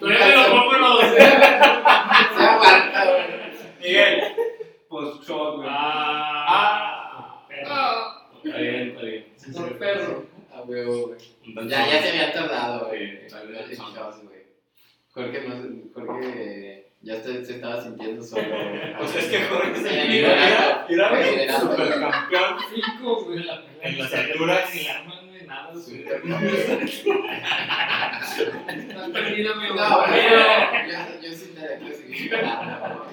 S2: Pero yo te lo compro los.
S1: Se aguanta, güey.
S3: Miguel, pues shot, güey.
S2: Ah. Perro.
S5: Ah,
S4: Está bien, está bien.
S2: Sí, sí.
S5: por perro.
S1: A huevo, güey.
S4: Entonces,
S1: Ya, ya se había tardado,
S4: Sí,
S1: güey.
S4: está bien, son-
S1: Jorge, no, Jorge ya se, se estaba sintiendo solo. güey.
S3: Pues es que Jorge se
S1: Sí,
S3: mira,
S1: era-
S3: mira,
S1: güey,
S3: mira.
S1: era-
S4: Supercampeón.
S5: Cinco, güey.
S4: En las alturas.
S2: Ni la arma, ni nada. sí.
S5: Estás perdido, mi
S1: No,
S5: güey.
S1: güey, yo, yo sí te dejo seguir. Ah,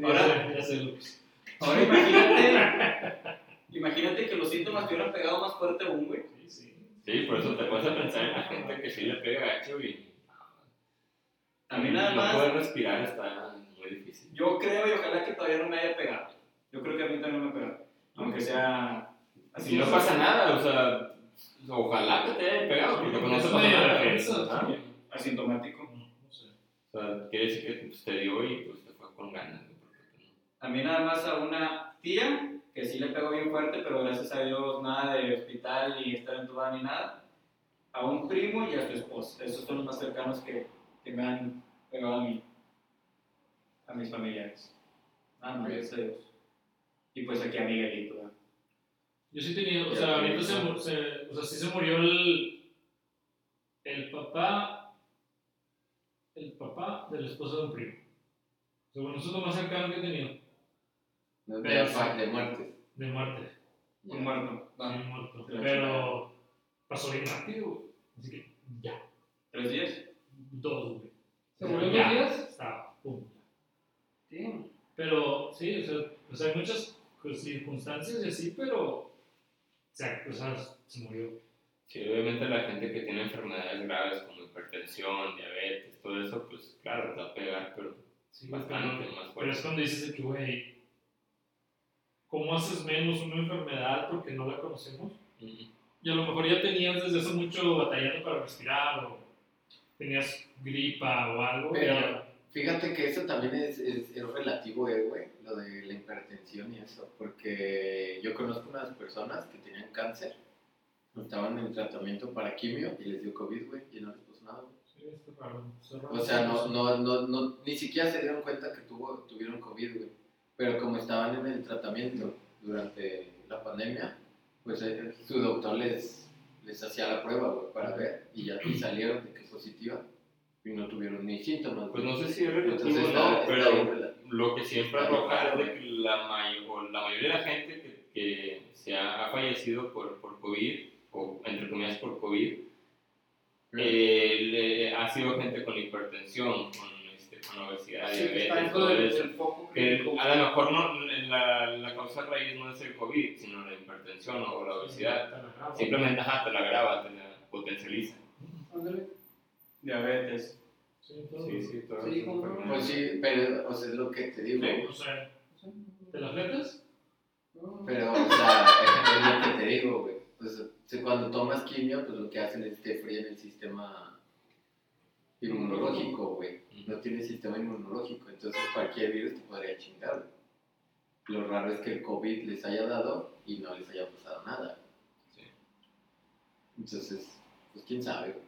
S2: Ya sé, ya sé, Lucas.
S3: Ahora imagínate, imagínate que los síntomas te hubieran pegado más fuerte aún, güey.
S2: Sí, sí.
S4: Sí, por eso te puedes a pensar en la gente que sí le pega gacho y.
S3: A mí nada
S4: no
S3: más.
S4: poder respirar está muy difícil.
S3: Yo creo y ojalá que todavía no me haya pegado. Yo creo que a mí también me ha pegado. Aunque sea así.
S4: Así no pasa nada, o sea, ojalá que te haya pegado, porque con eso
S2: Eso
S4: pasa
S2: me
S4: nada.
S2: da
S4: ¿eh?
S2: risa,
S4: Ajá.
S2: sí.
S3: Asintomático.
S2: No sé.
S4: O sea, quiere decir que pues, te dio y pues te fue con ganas. ¿no? Porque, pues, no.
S3: A mí nada más a una tía que sí le pegó bien fuerte, pero gracias a Dios nada de hospital ni estar entubada ni nada. A un primo y a su esposa. Esos son los más cercanos que, que me han pegado a mí. A mis familiares. Nada más, gracias a Dios. Y pues aquí a Miguelito. ¿verdad?
S2: Yo sí tenía, o
S1: Ya
S2: sea,
S1: tenía.
S2: ahorita se, mu- se- o sea, sí se murió el, el papá, el papá de la esposa de un primo. O sea, bueno, eso es lo más cercano que he tenido,
S1: No te afán de muerte.
S2: de muerte,
S3: Un muerto.
S2: de
S3: Va.
S2: muerto.
S3: Pero-
S2: Pero pasó bien rápido, así que ya,
S3: ¿Tres días?
S2: dos, güey.
S5: ¿Se murió en
S2: Ya,
S5: dos días?
S2: Estaba, pum.
S5: Sí.
S2: Pero sí, o sea, o sea, hay muchas pues, circunstancias y así, pero, o sea, o sea, se murió.
S4: Sí, obviamente la gente que tiene enfermedades graves como hipertensión, diabetes, todo eso, pues claro, te va a pegar, pero
S2: Sí,
S4: bastante más
S2: Pero es
S4: fuerte.
S2: cuando dices de que, güey, ¿cómo haces menos una enfermedad porque no la conocemos?
S4: Ujú.
S2: Y a lo mejor ya tenías desde hace mucho batallando para respirar o tenías gripa o algo. y
S1: Pero-
S2: ya-
S1: Fíjate que eso también es, es, es relativo, eh, güey, lo de la hipertensión y eso, porque yo conozco unas personas que tenían cáncer, estaban en tratamiento para quimio y les dio COVID, güey, y no les puso nada. güey.
S2: Sí, este, está raro, está raro.
S1: O sea, no, no, no, no, ni siquiera se dieron cuenta que tuvo, tuvieron COVID, güey, pero como estaban en el tratamiento durante la pandemia, pues eh, su doctor les, les hacía la prueba, güey, para ver, y ya y salieron de que positiva y no tuvieron ni síntomas.
S4: Pues
S1: güey.
S4: no sé si es relativo
S1: Entonces,
S4: o
S1: está-
S4: no,
S1: está bien
S4: pero
S1: relativo.
S4: lo que siempre
S1: Está bien
S4: arroja es
S1: raro,
S4: de que la, may- o la mayoría de la gente que, que se ha, ha fallecido por, por COVID, o entre comillas por COVID,
S1: Mm.
S4: eh, le- ha sido gente con hipertensión, con, este, con obesidad,
S5: Sí, que
S4: diabetes,
S5: está dentro
S4: todo
S5: del,
S4: eso.
S5: del foco
S4: Que
S5: crítico.
S4: a lo mejor no, la, la causa raíz no es el COVID, sino la hipertensión o la obesidad.
S2: Está raro.
S4: Simplemente, ajá, te la graba, te la potencializa.
S5: Ándale.
S3: Diabetes.
S2: Sí, todo.
S4: sí, todo
S5: Sí, ¿cómo no?
S4: Pues
S1: Pues sí, pero o sea, es lo que te digo.
S2: O sea, ¿te la fletas?
S5: No,
S1: Pero, o sea, es lo que te digo, güey. Pues, si cuando tomas quimio, pues lo que hacen es te fríen el sistema inmunológico, güey. No tiene sistema inmunológico, entonces cualquier virus te podría chingar, güey. Lo raro es que el COVID les haya dado y no les haya pasado nada.
S4: Sí.
S1: Entonces, pues quién sabe, güey.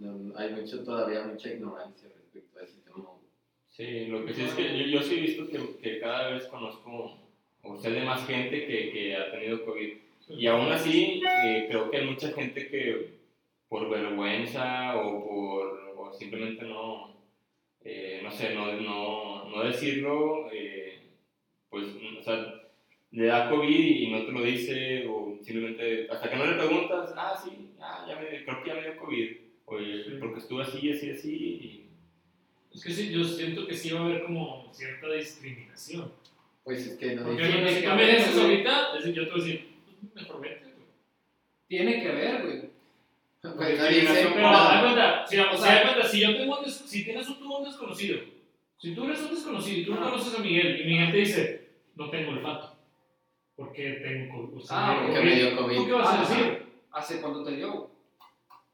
S1: No, hay mucho, todavía mucha ignorancia respecto a ese tema, güey.
S4: Sí, lo que sí es que yo, yo sí he visto que, que cada vez conozco o sé de más gente que, que ha tenido COVID. Y aún así, eh, creo que hay mucha gente que por vergüenza o por o simplemente no, eh, no sé, no, no, no decirlo, eh, pues, o sea, le da COVID y no te lo dice o simplemente, hasta que no le preguntas, ah, sí, ah, ya me, creo que ya me dio COVID, o, eh,
S2: Sí.
S4: porque estuve así, así, así, y
S2: Es que sí, yo siento que sí va a haber como cierta discriminación.
S1: Pues es que no
S2: Porque
S1: dice-
S2: bueno, si tú me dices ahorita, es decir, yo te voy a decir, pues, mejor vete, güey.
S5: Tiene que ver, güey.
S1: Pues no dice,
S2: Pero
S1: no.
S2: haz de cuenta, si, o sea,
S5: O sea-
S2: haz de cuenta, si yo tengo un des- si tienes un, tú un desconocido, si tú eres un desconocido y tú no
S5: Ah.
S2: conoces a Miguel, y Miguel te dice, no tengo olfato, porque tengo co- o sea,
S5: Ah,
S2: tengo
S1: porque
S2: COVID",
S1: me dio
S2: ¿Tú qué
S1: COVID. Ah.
S2: vas a
S5: Ajá.
S2: decir?
S5: ¿Hace cuánto te dio? güey?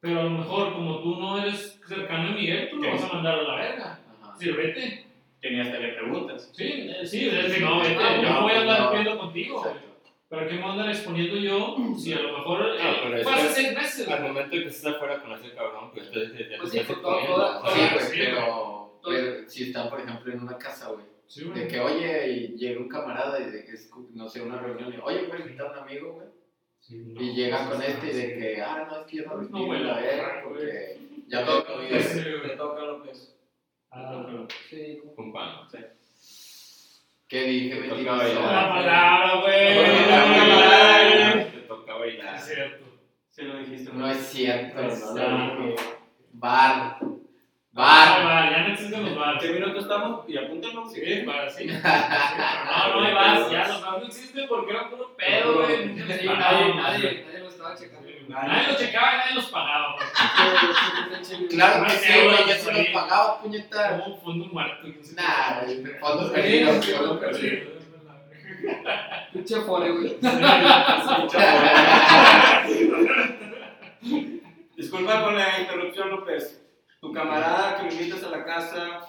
S2: Pero a lo mejor, como tú no eres cercano a Miguel, tú lo
S4: ¿Qué?
S2: vas a mandar a la verga.
S1: Ajá.
S2: Sí, vete.
S3: Que ni hasta le preguntas.
S2: Sí, eh, sí, es decir, no, vete.
S5: Ah,
S2: yo no
S1: no,
S2: voy a andar
S1: no.
S2: viendo contigo. güey.
S1: Exacto.
S2: ¿Para qué me voy a andar exponiendo yo si a lo mejor eh,
S4: Ah, pero eso
S2: fue hace
S4: es-
S2: seis meses?
S4: al momento de que estés afuera con ese cabrón, pues te, te, te
S5: Pues sí,
S4: estás
S5: con todo-
S4: exponiendo,
S5: toda-
S4: o
S1: Sí,
S4: sea,
S1: güey,
S2: Sí,
S1: pero, pero si están, por ejemplo, en una casa, güey,
S2: Sí,
S1: de
S2: güey.
S1: que, oye, y llega un camarada y de que es, no sé, una reunión, y, oye, puedes invitar a un amigo, güey,
S2: Sí, no,
S1: y llega
S2: no,
S1: con
S2: no,
S1: este y
S2: sí.
S1: de que, ah, no, es que yo no
S2: No,
S1: respiro
S2: güey,
S1: la
S2: no,
S1: verga
S2: güey.
S1: porque ya todo
S2: Sí,
S1: COVID.
S2: güey.
S3: Te toca lo que es.
S2: Ah,
S5: Sí,
S4: con pan.
S1: ¿Qué dije,
S4: Te
S1: mentiroso?
S4: toca
S2: La
S4: bailar.
S2: palabra,
S4: Te toca
S2: güey.
S4: bailar, Te toca
S2: Es
S4: bailar.
S2: cierto.
S3: Se lo dijiste.
S1: No es cierto, no
S2: Exacto.
S1: lo dije. Bar,
S2: Ah,
S1: bar.
S2: bar, ya no existen los
S3: ¿Qué
S2: bares.
S3: minutos estamos? Y apúntalo.
S2: Sí, bar, sí. No, no hay bars, ya los bares no existen porque era puro pedo, güey.
S5: Sí,
S2: Nadie,
S5: nadie, nadie, nadie lo estaba checando.
S2: Nadie lo checaba, nadie los pagaba. güey.
S1: Claro que
S2: Más
S1: sí,
S2: euros,
S1: güey, ya se
S2: güey.
S1: los pagaba, puñetas.
S2: Como un fondo muerto.
S1: pues,
S2: no sé
S1: Nah,
S2: qué.
S1: güey, fondo perdido, fondo
S2: Sí,
S1: perdido.
S2: es verdad, güey.
S5: Pinche fore, güey.
S3: Disculpa por la interrupción, López. Tu camarada que me invitas a la casa.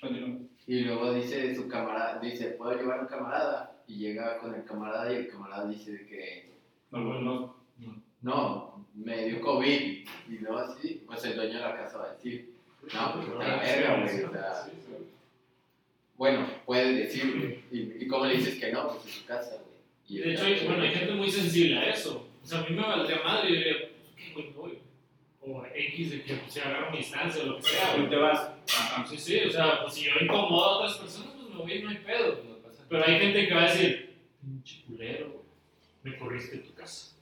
S3: Continúa.
S1: Y luego dice su camarada, dice, ¿puedo llevar a un camarada? Y llega con el camarada y el camarada dice de que,
S3: No, no, no.
S1: no, me dio COVID. Y luego así, pues el dueño de la casa va a decir, no, pues está la verga, güey. o sea,
S2: Sí, sí.
S1: bueno, puedes decir, y, y cómo le dices que no, pues es su casa, güey. Y
S2: De hecho, hay- bueno, hay gente muy sensible a eso. O sea, a mí me valdría madre y yo diría, pues, ¿qué güey voy? O X de que pues, se agarra mi instancia o lo que sea, güey.
S3: Tú te vas. Ajá.
S2: Sí, sí, o sea, pues si yo incomodo a otras personas, pues me voy y no hay pedo.
S4: No pasa nada.
S2: Pero hay gente que va a decir, pinche culero, güey, me corriste de tu casa.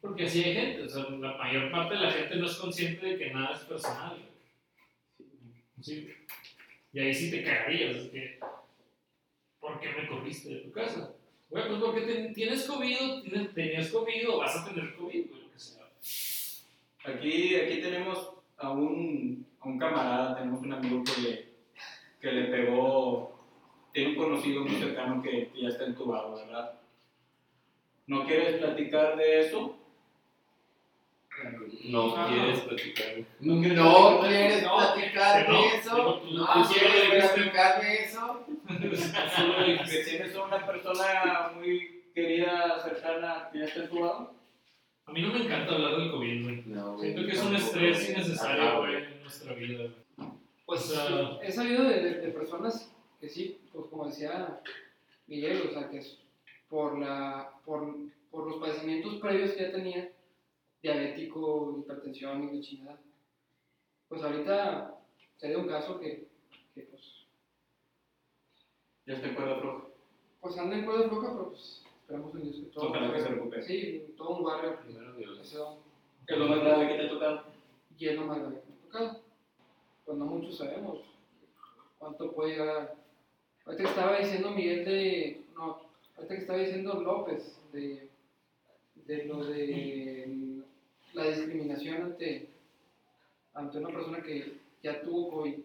S2: Porque así hay gente, o sea, la mayor parte de la gente no es consciente de que nada es personal. güey. Sí. Y ahí sí te cagarías, es que, ¿por qué me corriste de tu casa? Güey, pues porque te- tienes COVID, o tienes- tenías COVID o vas a tener COVID, güey, lo que sea.
S3: Aquí, aquí tenemos a un, a un camarada, tenemos un amigo que le, que le pegó, tiene un conocido muy cercano que, que ya está entubado, ¿verdad? ¿No quieres platicar de eso?
S4: No
S2: Ajá.
S4: quieres platicar.
S1: No,
S3: no
S1: quieres
S2: no,
S1: platicar
S2: no,
S1: de eso.
S2: no, tú-
S1: No,
S2: tú solo
S1: quieres
S2: dijiste-
S1: platicar de eso.
S2: solo dijiste,
S3: Que tienes a una persona muy querida, cercana, que ya está entubado.
S2: A mí no me encanta hablar del COVID, güey.
S1: No, güey,
S2: Siento que es un
S1: tampoco,
S2: estrés
S1: güey.
S2: innecesario,
S1: Ajá,
S2: güey, en nuestra vida. güey.
S5: Pues
S2: Ah.
S5: he sabido de, de- de personas que sí, pues como decía Miguel, o sea, que es por, la, por, por los padecimientos previos que ya tenía, diabético, hipertensión y la chingada, pues ahorita se dio un caso que, que pues,
S3: Ya está en cuerda floja.
S5: pues anda en cuerda floja, pero pues esperamos en Dios que todo.
S3: Ojalá que se recupere.
S5: Sí, todo un barrio.
S4: Primero
S5: que
S4: Dios.
S5: se da un-
S3: ¿Qué es lo más grave que te ha tocado?
S5: y es lo más grave que me ha tocado. Pues no muchos sabemos cuánto puede llegar. Ahorita que estaba diciendo Miguel de. No, ahorita que estaba diciendo López de, de lo de la discriminación ante, ante una persona que ya tuvo COVID.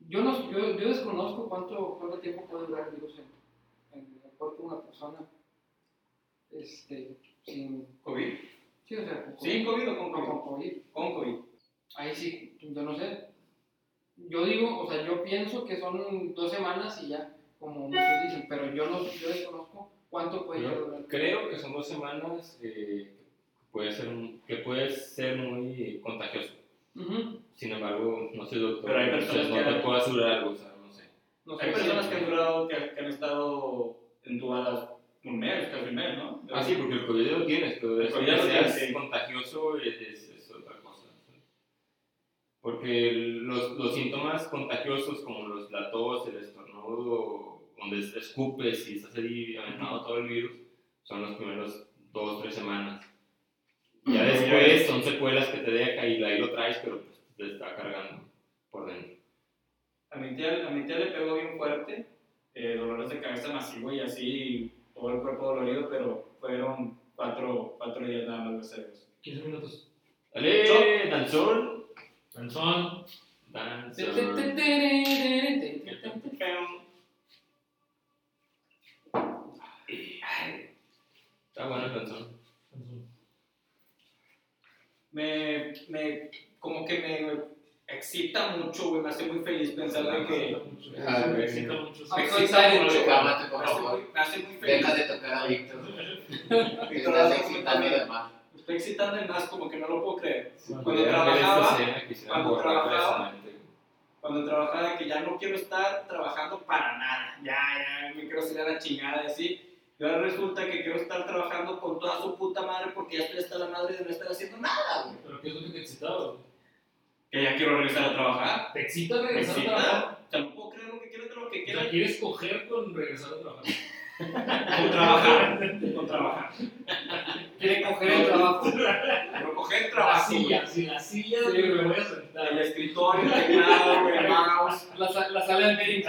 S5: Yo, no, yo, yo desconozco cuánto, cuánto tiempo puede durar el virus en, en la cuerpo de una persona este, sin
S3: ¿COVID?
S5: Sí, o sea, con
S3: ¿Sin
S5: COVID,
S3: COVID o con
S5: con, con
S3: COVID?
S5: COVID.
S3: Con COVID.
S5: Ahí sí, yo no sé. Yo digo, o sea, yo pienso que son dos semanas y ya, como muchos dicen, pero yo no yo desconozco cuánto puede
S4: Yo
S5: durar.
S4: Creo que son dos semanas eh, que puede ser, un- que puede ser muy contagioso.
S5: Ujú.
S4: Sin embargo, no soy doctor.
S3: Pero hay personas
S4: entonces no
S3: que-
S4: te puedo asegurar algo, o sea, no sé.
S5: No sé
S3: Hay
S5: si-
S3: personas que han durado, que, que han estado entubadas un mes, casi un mes, ¿no?
S4: Ah, sí, porque el COVID ya lo tienes, pero
S3: El
S4: eso
S3: COVID
S4: ya
S3: ya lo
S4: sea
S3: tienes, sí.
S4: contagioso es, es- es otra cosa. Porque el- los, los síntomas contagiosos como los, la tos, el estornudo, donde es- escupes y estás ahí aventado todo el virus, son los primeros dos, tres semanas. Ya
S3: Ya
S4: después
S3: es-
S4: son secuelas que te deja y ahí lo traes, pero pues, te está cargando por dentro.
S3: A mi tía, a mi tía le pegó bien fuerte, eh, dolores de cabeza masivo y así, todo el cuerpo dolorido, pero fueron cuatro, cuatro días nada más, gracias a Dios.
S2: 15 minutos.
S4: ¡Dale! ¡Danzón!
S2: Danzón.
S5: Te- te- te-
S4: ¡Danzón!
S5: te- te- te- te- te- te-
S4: Está bueno el danzón.
S2: Danzón.
S3: Me, me, como que me excita mucho, güey, me hace muy feliz pensar de que...
S1: Ah,
S2: Me
S1: güey.
S2: excita mucho.
S5: Ah,
S3: Me
S5: soy
S3: excita
S5: Tyler,
S3: mucho,
S5: chico.
S1: Cálmate, por
S3: me hace
S1: favor.
S3: muy- me hace muy feliz.
S1: Deja de tocar a Víctor. que
S3: Víctor,
S1: Estás
S3: dame un
S1: excitando
S3: comentario.
S1: de más.
S3: Me está excitando en más, como que no lo puedo creer. Cuando
S4: Ver
S3: trabajaba,
S4: esta escena, quisiera
S3: cuando
S4: borrarla de su
S3: trabajaba.
S4: mente.
S3: cuando trabajaba que ya no quiero estar trabajando para nada, ya, ya, me quiero hacer a la chingada y así. Y ahora resulta que quiero estar trabajando con toda su puta madre porque ya estoy hasta la madre de no estar haciendo nada, güey.
S2: ¿Pero qué es lo que te excitaba? güey?
S3: Que ya quiero regresar a trabajar.
S2: ¿Te excita
S3: Me
S2: regresar a trabajar?
S3: excita. O sea, no puedo creer lo que quiero, lo que
S2: O
S3: quiero.
S2: sea, ¿quieres coger con regresar a trabajar?
S3: Con trabajar, con trabajar.
S5: Quiere coger el trabajo.
S3: Pero coger
S2: La
S3: trabajo, güey.
S2: silla, sí, la silla,
S5: Sí,
S2: güey, me
S5: güey.
S2: voy a sentar.
S3: El escritorio, el teclado, güey, el mouse.
S5: La, sa- la sala de meetings.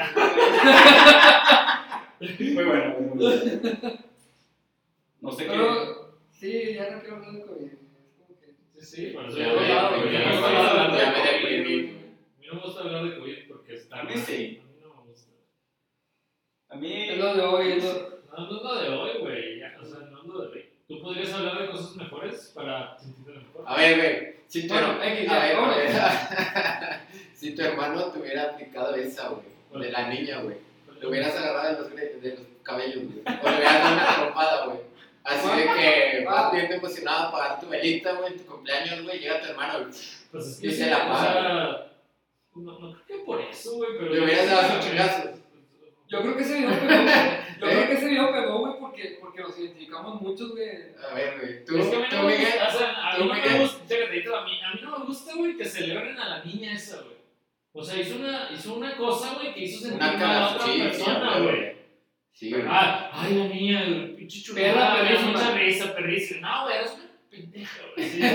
S3: Muy bueno, muy bueno. No sé qué.
S5: Pero, sí, ya no quiero hablar de COVID. Es como que-
S2: Sí, sí, por eso
S4: Ya
S2: yo no
S4: me-
S2: hablaba,
S4: ya
S2: Ah, güey.
S4: me-
S2: No estaba hablando de
S1: ya me
S2: COVID.
S1: deprimí.
S2: A mí no me gusta hablar de COVID porque está
S3: A mí
S2: mal.
S3: sí.
S2: A mí no me gusta.
S3: A mí.
S5: Es lo de hoy, es lo-
S2: No, no es lo de hoy, güey. ya, O sea, no es lo de hoy. Tú podrías hablar de cosas mejores para sentirte mejor.
S1: A ver, güey. Si tu,
S5: Ah, Bueno,
S1: hermano,
S5: X,
S1: a
S5: ya,
S1: ver,
S5: vamos.
S1: güey. si tu hermano te hubiera aplicado esa, güey, de la niña, güey, lo hubieras agarrado de los, gre- de los cabellos, güey, o le hubieras dado una trompada, güey. Así de que vas bien emocionado a pagar tu velita, güey, tu cumpleaños, güey, llega tu hermano, güey.
S2: Pues es
S1: Y
S2: que
S1: se
S2: sí,
S1: la
S2: o
S1: paga.
S2: sea, no, no creo que por eso, güey, pero...
S1: Le hubieras dado sus chingazos.
S5: Yo creo que ese video pegó, güey. Yo creo que ese video pegó, güey, porque, porque nos identificamos muchos, güey.
S1: A ver, güey, tú,
S2: Es que a mí
S1: tú,
S2: no me
S1: Miguel,
S2: gusta, o sea, a
S1: tú,
S2: mí no me
S1: Miguel.
S2: gusta, chécate, ahí te va, a mí, a mí no me gusta, güey, que celebren a la niña esa, güey. O sea, hizo una, hizo una cosa, güey, que hizo sentir
S1: Una
S2: mal a otra
S1: cachucha,
S2: persona,
S1: güey.
S2: güey.
S1: Sí, güey.
S2: Ah, ay, la niña, güey, pinche
S5: Perra,
S2: chulada, me da
S5: perrísima.
S2: mucha risa, perrísima. No, güey, eres una pendeja, güey. Sí,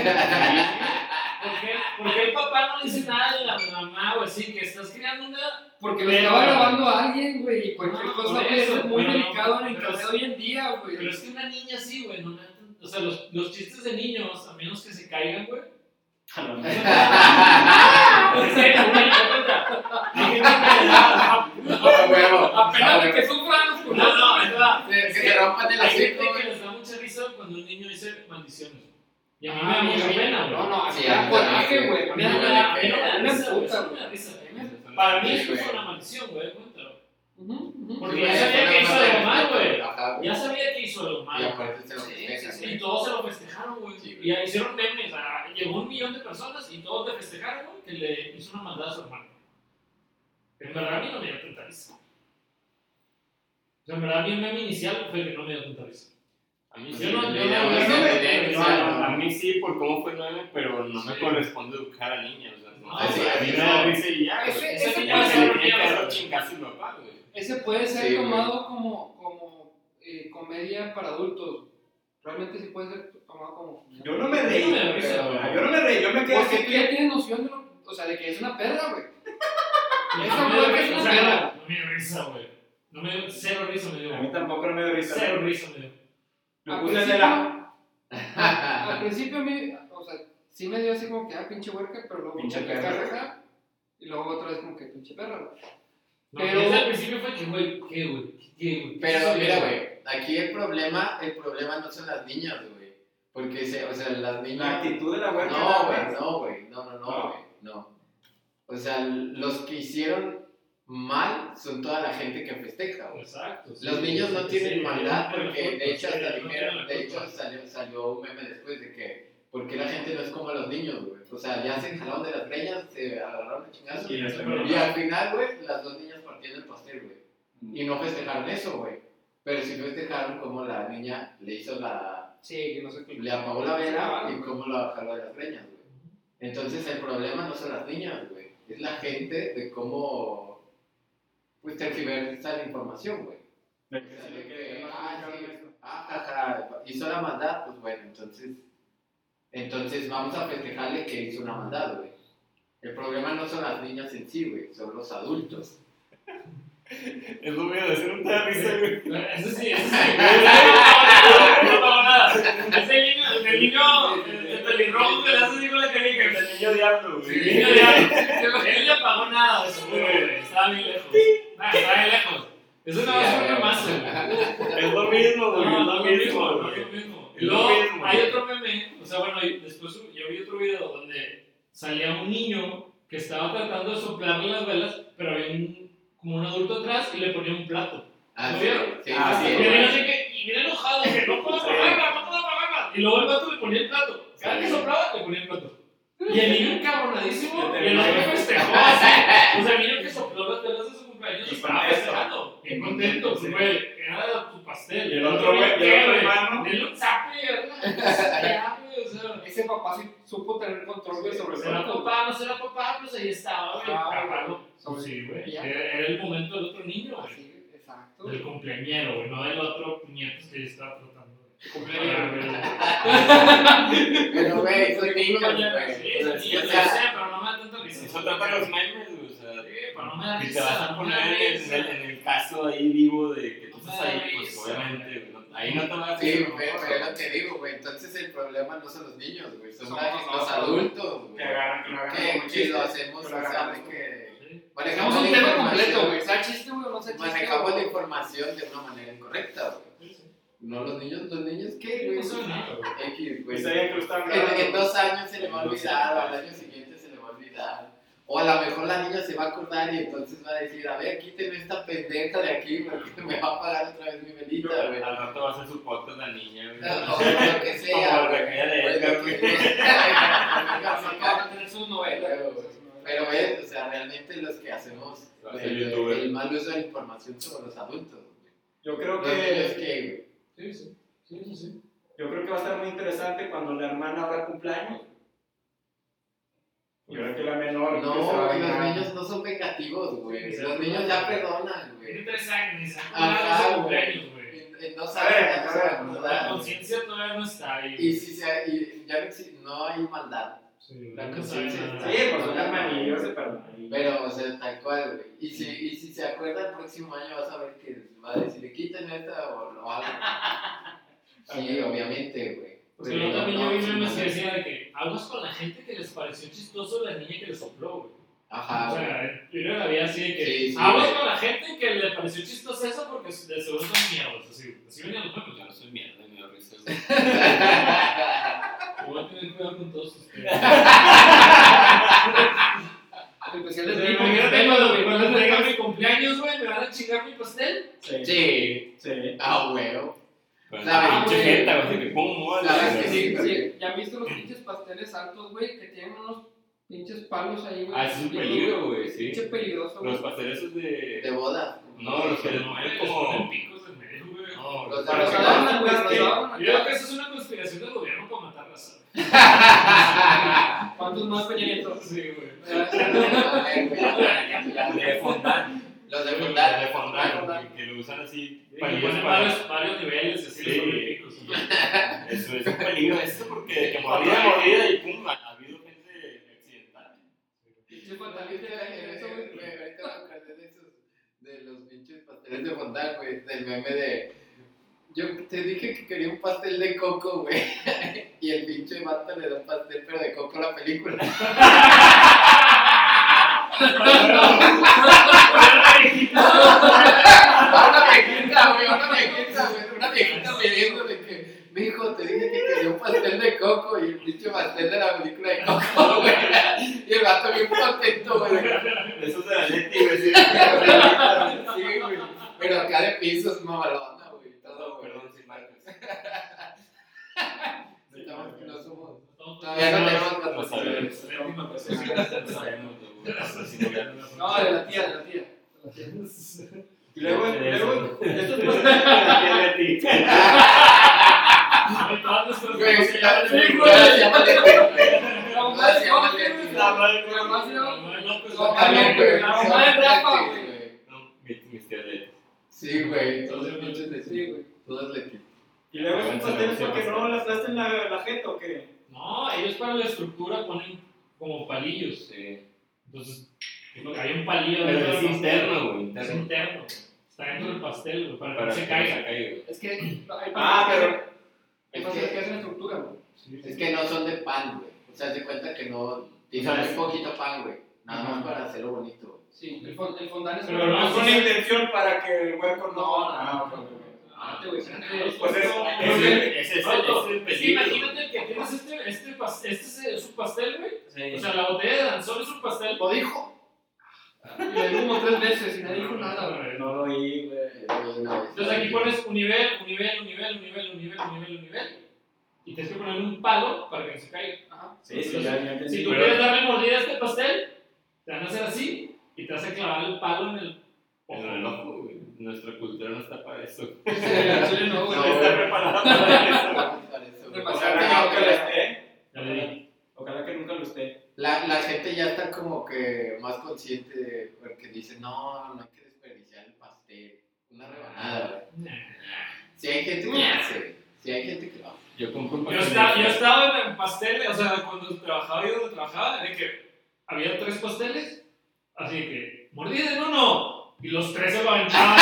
S2: ¿Por qué? ¿Por qué el papá no dice nada de la mamá, güey? Sí, que estás creando una...
S5: Porque lo
S2: Pero-
S5: estaba grabando a alguien, güey, y cualquier
S2: No,
S5: cosa
S2: por
S5: güey,
S2: eso,
S5: es muy
S2: pero-
S5: delicado en
S2: pero-
S5: internet hoy en día, güey.
S2: Pero es que una niña sí, güey, no me... O sea, los, los chistes de niños, a menos que se caigan, güey,
S3: A la
S2: Sí,
S3: madre.
S2: güey,
S1: A huevo.
S5: Apenas
S1: Ah,
S5: de que sufran los
S2: No, no,
S5: culos.
S2: ahí te va.
S1: Que que te rompan el
S2: Hay gente
S1: hocico,
S2: que
S1: güey.
S2: les da mucha risa cuando un niño dice maldiciones. Y a mí me
S5: Ah,
S2: da
S5: mira,
S2: mucha
S5: mira,
S2: pena,
S5: No,
S2: güey.
S5: no, así
S1: Sí,
S5: da
S1: a mí
S5: coraje,
S1: también,
S5: güey. A mí
S2: A mí no me
S5: me
S2: da-
S5: da-
S2: a mí no me da
S5: me da
S2: risa, güey, eso no
S5: puta,
S2: me
S5: güey.
S2: da risa. Para mí
S1: Sí,
S2: eso es
S1: güey.
S2: una maldición, güey, cuenta, güey.
S5: Ujú, ujú.
S2: Porque
S1: Sí,
S2: ya sabía
S1: güey,
S2: que hizo algo
S1: no,
S2: mal, güey.
S1: Ajá, güey.
S2: Ya sabía que hizo algo
S1: Y
S2: mal.
S1: aparte se lo ¿eh? festejan,
S2: Y
S1: güey.
S2: todos se lo festejaron, güey.
S1: Sí, güey.
S2: y ahí hicieron memes. ah, llegó un millón de personas y todos le festejaron, güey, que le hizo una maldad a su hermano. En verdad, a mí no me dio tanta risa. O sea, en verdad, a mí el meme inicial fue que no me dio tanta risa.
S4: A mí
S2: Yo
S4: sí,
S2: no-
S4: me
S2: yo
S4: llama
S2: no-
S4: la
S2: yo no me-
S4: atención,
S2: no, no,
S1: no.
S4: A mí sí, por cómo fue el meme, pero no me
S2: Sí.
S4: corresponde educar a niños. O sea, no,
S2: Ah,
S4: sé,
S1: sí,
S4: a mí
S1: sí,
S4: me da
S1: sí.
S4: risa y ya. güey.
S5: Ese-
S4: Ese
S5: ese
S4: ya
S5: puede
S4: se
S5: ser
S4: tenía que
S2: una
S4: agarrar
S2: cosa.
S4: chingazo mi papá, güey.
S5: Ese puede ser
S1: Sí, güey.
S5: tomado como, como eh, comedia para adultos. Realmente sí puede ser tomado como. comedia.
S3: Yo no me
S2: A mí no me dio
S3: reí.
S2: risa, güey.
S3: Yo no me reí, yo me quedé
S5: Porque
S3: así
S5: tú
S3: que.
S5: ya tienes noción de lo. O sea, de que es una perra, güey.
S2: No
S5: Esa
S2: me
S5: fue
S2: dio
S5: la que
S2: risa, o
S5: hizo
S2: sea,
S5: mierda.
S2: no me dio risa, güey. No me dio, cero risa me
S3: A mí
S2: dio.
S3: tampoco no me dio risa.
S2: Cero risa me dio.
S3: Me
S5: Al
S3: puse de
S5: principio-
S3: la
S5: Al principio a mí, o sea, sí me dio así como que, ah, pinche huerca, pero luego
S3: Pinche
S5: como que
S3: perra.
S5: carga, y luego otra vez como que, pinche perra. güey.
S2: No, pero
S5: Pero-
S2: desde el principio fue que, güey, ¿qué, güey? ¿Qué tiene, güey?
S1: Pero
S2: Sí,
S1: mira, güey, aquí el problema, el problema no son las niñas, güey. Porque, se, o sea, las
S3: La
S1: niñas...
S3: actitud de la huerta.
S1: No, güey, no, güey, no, no, no,
S4: No.
S1: güey, no. O sea, los que hicieron mal son toda la gente que festeja, güey.
S2: Exacto. sí,
S1: Los niños no
S2: sí,
S1: tienen
S2: sí,
S1: maldad
S2: no tienen
S1: porque
S2: la culpa,
S1: de hecho
S2: sí,
S1: hasta
S2: no
S1: dijeron-
S2: tienen la
S1: de
S2: culpa.
S1: hecho salió, salió un meme después de que ¿por qué la gente no es como los niños, güey? O sea, ya se jalaron de las greñas, se agarraron de chingazos.
S4: Y las
S1: Y al final, güey, las dos niñas partieron el pastel, güey. Y no festejaron eso, güey. Pero sí festejaron como la niña le hizo la...
S5: Sí, que no sé qué.
S1: le apagó la vela y cómo la jaló de las greñas, güey. Entonces el problema no son las niñas, güey. Es la gente de cómo... Pues tergiversar la información, güey.
S3: De que,
S1: Ah, sí. Ah, jaja, hizo la maldad, pues bueno, entonces. Entonces vamos a festejarle que hizo una maldad, güey. El problema no son las niñas en sí, güey, son los adultos.
S4: Es lo mío de hacer un risa, güey.
S2: Eso sí, eso sí. No, no, nada. Es el niño, el niño, el pelirrojo que le hace así con la canica.
S4: El niño diablo, güey.
S2: El niño ya, él no apagó nada de seguro, güey. Estaba bien lejos. Nah, estaba bien lejos. Eso no va a ser un mazo, güey.
S4: Es lo mismo, güey.
S2: No,
S4: es
S2: no es lo mismo, no es
S4: güey.
S2: lo mismo.
S4: Es
S2: Y
S4: lo
S2: luego
S4: mismo.
S2: hay otro meme, o sea, bueno, y después yo vi otro video donde salía un niño que estaba tratando de soplarle las velas, pero había un, como un adulto atrás y le ponía un plato.
S1: Ah,
S2: ¿Lo
S1: sí,
S2: vieron?
S1: sí,
S4: Ah,
S2: Y
S1: sí,
S4: sí,
S2: el
S1: güey.
S2: niño así que, y bien enojado, que no puedo apagarla, no puedo apagarla. Y luego el vato le ponía el plato. Cada que soplaba, le ponía el plato. Y el niño encabronadísimo, y el otro festejó así. O sea, el niño que sopló las velas de su cumpleaños
S4: Y
S2: estaba
S4: contento.
S2: festejando. Bien contento, pues,
S4: Sí.
S2: güey. Era tu pastel.
S4: Y el otro güey, y el otro hermano.
S2: Denle un zape, ¿verdad? pues, O sea,
S5: Ese papá sí supo tener control güey, sobre
S2: será papá, no será papá, pues ahí estaba, güey.
S5: Ah,
S2: Capaz, ¿no?
S4: pues,
S5: sobre-
S2: Sí, güey.
S5: ya. Ah,
S2: Era era el momento del otro niño, güey.
S5: Así, exacto.
S2: Del cumpleañero, güey, no del otro puñetos que estaba tratando. de- Ah,
S3: Ah,
S1: Pero, güey, son niños, güey.
S2: Sí, sí, sí,
S1: O
S2: yo
S1: sea,
S2: sé, pero no me da tanto risa.
S4: Eso trata los memes, güey. O sea,
S2: Sí, pero no me da
S4: Y te vas
S2: risa.
S4: a
S2: no me da
S4: poner en
S2: risa.
S4: el, en el caso ahí vivo de que tú estás ahí, pues obviamente, güey, no- ahí no te vas a
S1: Sí,
S4: decir.
S1: güey, pero es lo que digo, güey. Entonces el problema no son los niños, güey, son
S3: Somos
S1: la- los
S3: nosotros.
S1: adultos,
S3: que
S1: güey.
S3: agarran, que lo agarran
S1: Que
S3: como
S1: que
S3: chiste.
S1: lo hacemos, o
S3: lo
S1: sea,
S3: agarramos
S1: de que.
S2: Sí.
S5: Manejamos un
S1: la
S5: tema
S1: información-
S5: completo, güey. ¿Sea chiste, güey? o No sea chiste.
S1: Manejamos la
S5: güey?
S1: información de una manera incorrecta, güey.
S2: Sí, sí. pues
S1: No, los niños, los niños, ¿qué,
S2: No
S1: güey?
S2: sabe nada, güey.
S1: X,
S3: Y
S1: güey.
S3: sabían que lo estaban
S1: En, en
S3: grabando.
S1: dos años se le va a olvidar, o al año siguiente se le va a olvidar. O a lo mejor la niña se va a acordar y entonces va a decir, a ver, quíteme esta pendeja de aquí porque me va a pagar otra vez mi velita, güey.
S4: Al rato va a ser su podcast la niña, güey.
S1: O lo que sea,
S4: Como
S1: güey.
S4: la caída de
S1: Pues,
S4: Edgar,
S1: lo que
S4: güey.
S5: Acaba
S1: sea.
S5: de tener sus novelas,
S1: Pero-
S5: güey, sus novelas.
S1: Pero, güey, o sea, realmente los que hacemos
S4: Va a ser
S1: el,
S4: youtuber.
S1: el mal uso de la información sobre los adultos. güey.
S3: Yo creo
S1: Los niños
S3: que
S1: que, güey.
S2: Sí, sí. Sí, sí, sí.
S3: yo creo que va a estar muy interesante cuando la hermana haga cumpleaños. Yo creo que la menor
S1: No,
S3: que se va a
S1: güey, los
S3: vengar.
S1: niños no son vengativos, güey.
S2: Sí,
S1: Los
S2: sí.
S1: niños ya perdonan,
S2: Tiene
S1: güey.
S2: tres años, ¿eh?
S1: Ajá,
S2: Hace
S1: güey.
S2: cumpleaños, güey.
S1: En- en No
S3: A ver,
S1: saben ya
S3: a
S1: se
S3: ver,
S1: van a
S2: La
S1: acordar.
S2: conciencia todavía no está ahí.
S1: Y si se, y ya no, exi- no hay maldad.
S2: Sí,
S1: la
S2: no
S1: conciencia
S2: sabe nada.
S1: está ahí.
S3: Sí, pues una manillo se perdonan.
S1: Pero, o sea, tal cual, güey. Y si, y si se acuerda el próximo año vas a ver que va a decir, quiten esta o no algo. Sí, obviamente, güey.
S2: Porque luego también yo
S1: no,
S2: vi
S1: sí,
S2: memes
S1: no.
S2: que decía de que aguas con la gente que les pareció chistoso la niña que les sopló, güey.
S1: Ajá, Ah,
S2: o
S1: güey.
S2: sea, primero la vida así de que
S1: Sí, sí,
S2: aguas
S1: güey.
S2: con la gente que le pareció chistosa eso porque de seguro son mierdas. Así, así venían los memes.
S4: Yo no
S2: ¿no?
S4: soy mierda, me dio risa.
S2: Voy a tener cuidado con todos ustedes.
S5: El especial de
S2: Pero
S5: Trigo,
S2: Imagínate
S5: güey.
S2: cuando cuando tenga mi cumpleaños, güey, me van a chingar mi pastel.
S3: Sí.
S1: Sí,
S3: Sí.
S1: ah, güey.
S4: Pero
S1: Sabes,
S4: la pinche
S5: güey.
S4: gente, güey, de que pum, güey.
S1: Sabes
S5: Sí,
S1: que
S5: sí,
S1: güey.
S5: sí. ¿Ya han visto los pinches pasteles altos, güey? Que tienen unos pinches palos ahí, güey.
S4: Ah, eso es un peligro, güey, sí.
S5: Pinche peligroso, güey.
S4: Los pasteles esos
S1: De
S4: de.
S1: boda.
S4: No, los que les mueven como.
S2: picos en medio, güey.
S4: No,
S1: Los de-
S4: pero que no-
S5: adornan, güey, los adornan.
S2: Yo creo que eso es una conspiración del gobierno para matar raza.
S5: ¿Cuántos más Peña Nieto?
S2: Sí, güey.
S1: A ver, güey.
S4: De fondant.
S1: Los de
S4: De
S1: fondar.
S4: fondant, de fondant, que lo usan así.
S2: Sí,
S4: para-
S2: y ponen
S4: para-
S2: varios, varios niveles, así
S4: Sí.
S2: los olímpicos. ¿no?
S4: Eso es un peligro eso porque de que mordida, mordida y pum, ha habido gente accidental.
S5: Pinche
S1: Ahorita
S5: fantasía,
S1: eh,
S5: eso,
S1: eh,
S5: güey.
S1: güey, ahorita me acordé de esos, de los pinches pasteles de fondant, güey, del meme de... Yo te dije que quería un pastel de coco, güey, y el pinche vato le da un pastel, pero de coco a la película. Una viejita, güey, una viejita, güey, una viejita me dijo de que, mijo, te dije que quería un pastel de coco y el pinche pastel de la película de coco, güey. Y el gato bien contento, güey.
S4: Eso es de la neta, güey. sí.
S1: Sí, güey. Pero acá de pisos, mamalona, güey. Todo, güey.
S4: Perdón, sin marcas.
S1: No estamos- No somos. Todavía no tenemos
S2: No,
S1: patrocinadores.
S5: No, de la tía, de la tía. de la tía.
S3: Y luego,
S4: Sí,
S3: luego, estos
S4: Ah,
S1: Güey, se llama
S5: Sí,
S1: güey, se llama-
S5: La mamá de Jorge, güey. La mamá
S2: pues,
S5: de Jorge.
S1: También, güey.
S5: La mamá de Rafa, güey.
S1: Sí, güey. Todos
S2: Entonces,
S1: pinches de
S5: Sí, güey.
S1: Todos le quitan.
S3: Y luego estos pasteles porque no las das en la, la jeta o qué.
S2: No, ellos para la estructura ponen como palillos. eh, Entonces, hay un palillo
S4: Pero
S2: dentro
S4: es
S2: del
S4: interno, güey,
S2: pastel. Es
S4: interno.
S2: interno. Está dentro del pastel, güey, para que
S4: Para
S2: no se
S4: que no se
S2: caiga.
S4: caiga.
S5: Es que hay
S3: Ah,
S5: pasteles
S3: pero-
S5: que- hay pasteles que hacen estructura, güey.
S2: Sí,
S1: Es que no son de pan, güey. O sea, se cuenta que no. Tienen
S4: O sea,
S1: muy poquito pan, güey. Nada más
S4: Ajá.
S1: para hacerlo bonito, güey.
S5: Sí, el, fon- el fondant es
S2: Pero
S5: una-
S2: no
S3: es una intención para que el hueco no.
S5: No,
S3: ok, ok.
S5: Ah, te voy a decir que-
S3: Pues eso,
S4: Es
S2: Ese-
S4: el-
S2: ese-
S4: es el- es
S2: Roto,
S4: el
S2: es que
S4: peligro.
S2: imagínate que tienes este, este, pas- este es, eh, su pastel, güey.
S3: Sí.
S2: O sea, la botella de danzón es un pastel.
S1: Lo dijo.
S5: Le di como tres veces y nadie dijo nada, güey.
S2: güey.
S3: no lo oí, güey.
S2: Entonces aquí pones un nivel, un nivel, un nivel, un nivel, un nivel, un nivel, un nivel. Y tienes que poner un palo para que no se caiga.
S3: Sí, sí, Pues, ya, ya
S2: Si
S3: entendí.
S2: tú
S4: pero-
S2: quieres darle mordida a este pastel, te van a hacer así y te vas a clavar el palo en el ojo.
S4: En el ojo, güey. Nuestra cultura no está para eso.
S5: Al chile no, güey.
S1: No,
S3: Está preparado para eso. pues, Ojalá que nunca lo
S1: La,
S3: esté.
S2: Ya le di.
S3: Ojalá que nunca lo esté.
S1: la gente ya está como que más consciente de, porque dice, no, no hay que desperdiciar el pastel, una rebanada. güey". Si hay gente que lo hace, si hay gente que lo hace.
S4: Yo compro
S2: Yo estaba, yo estaba en- en pastel, o sea, cuando trabajaba yo donde trabajaba, de que había tres pasteles, así de que mordida en uno y los tres se lo aventaban.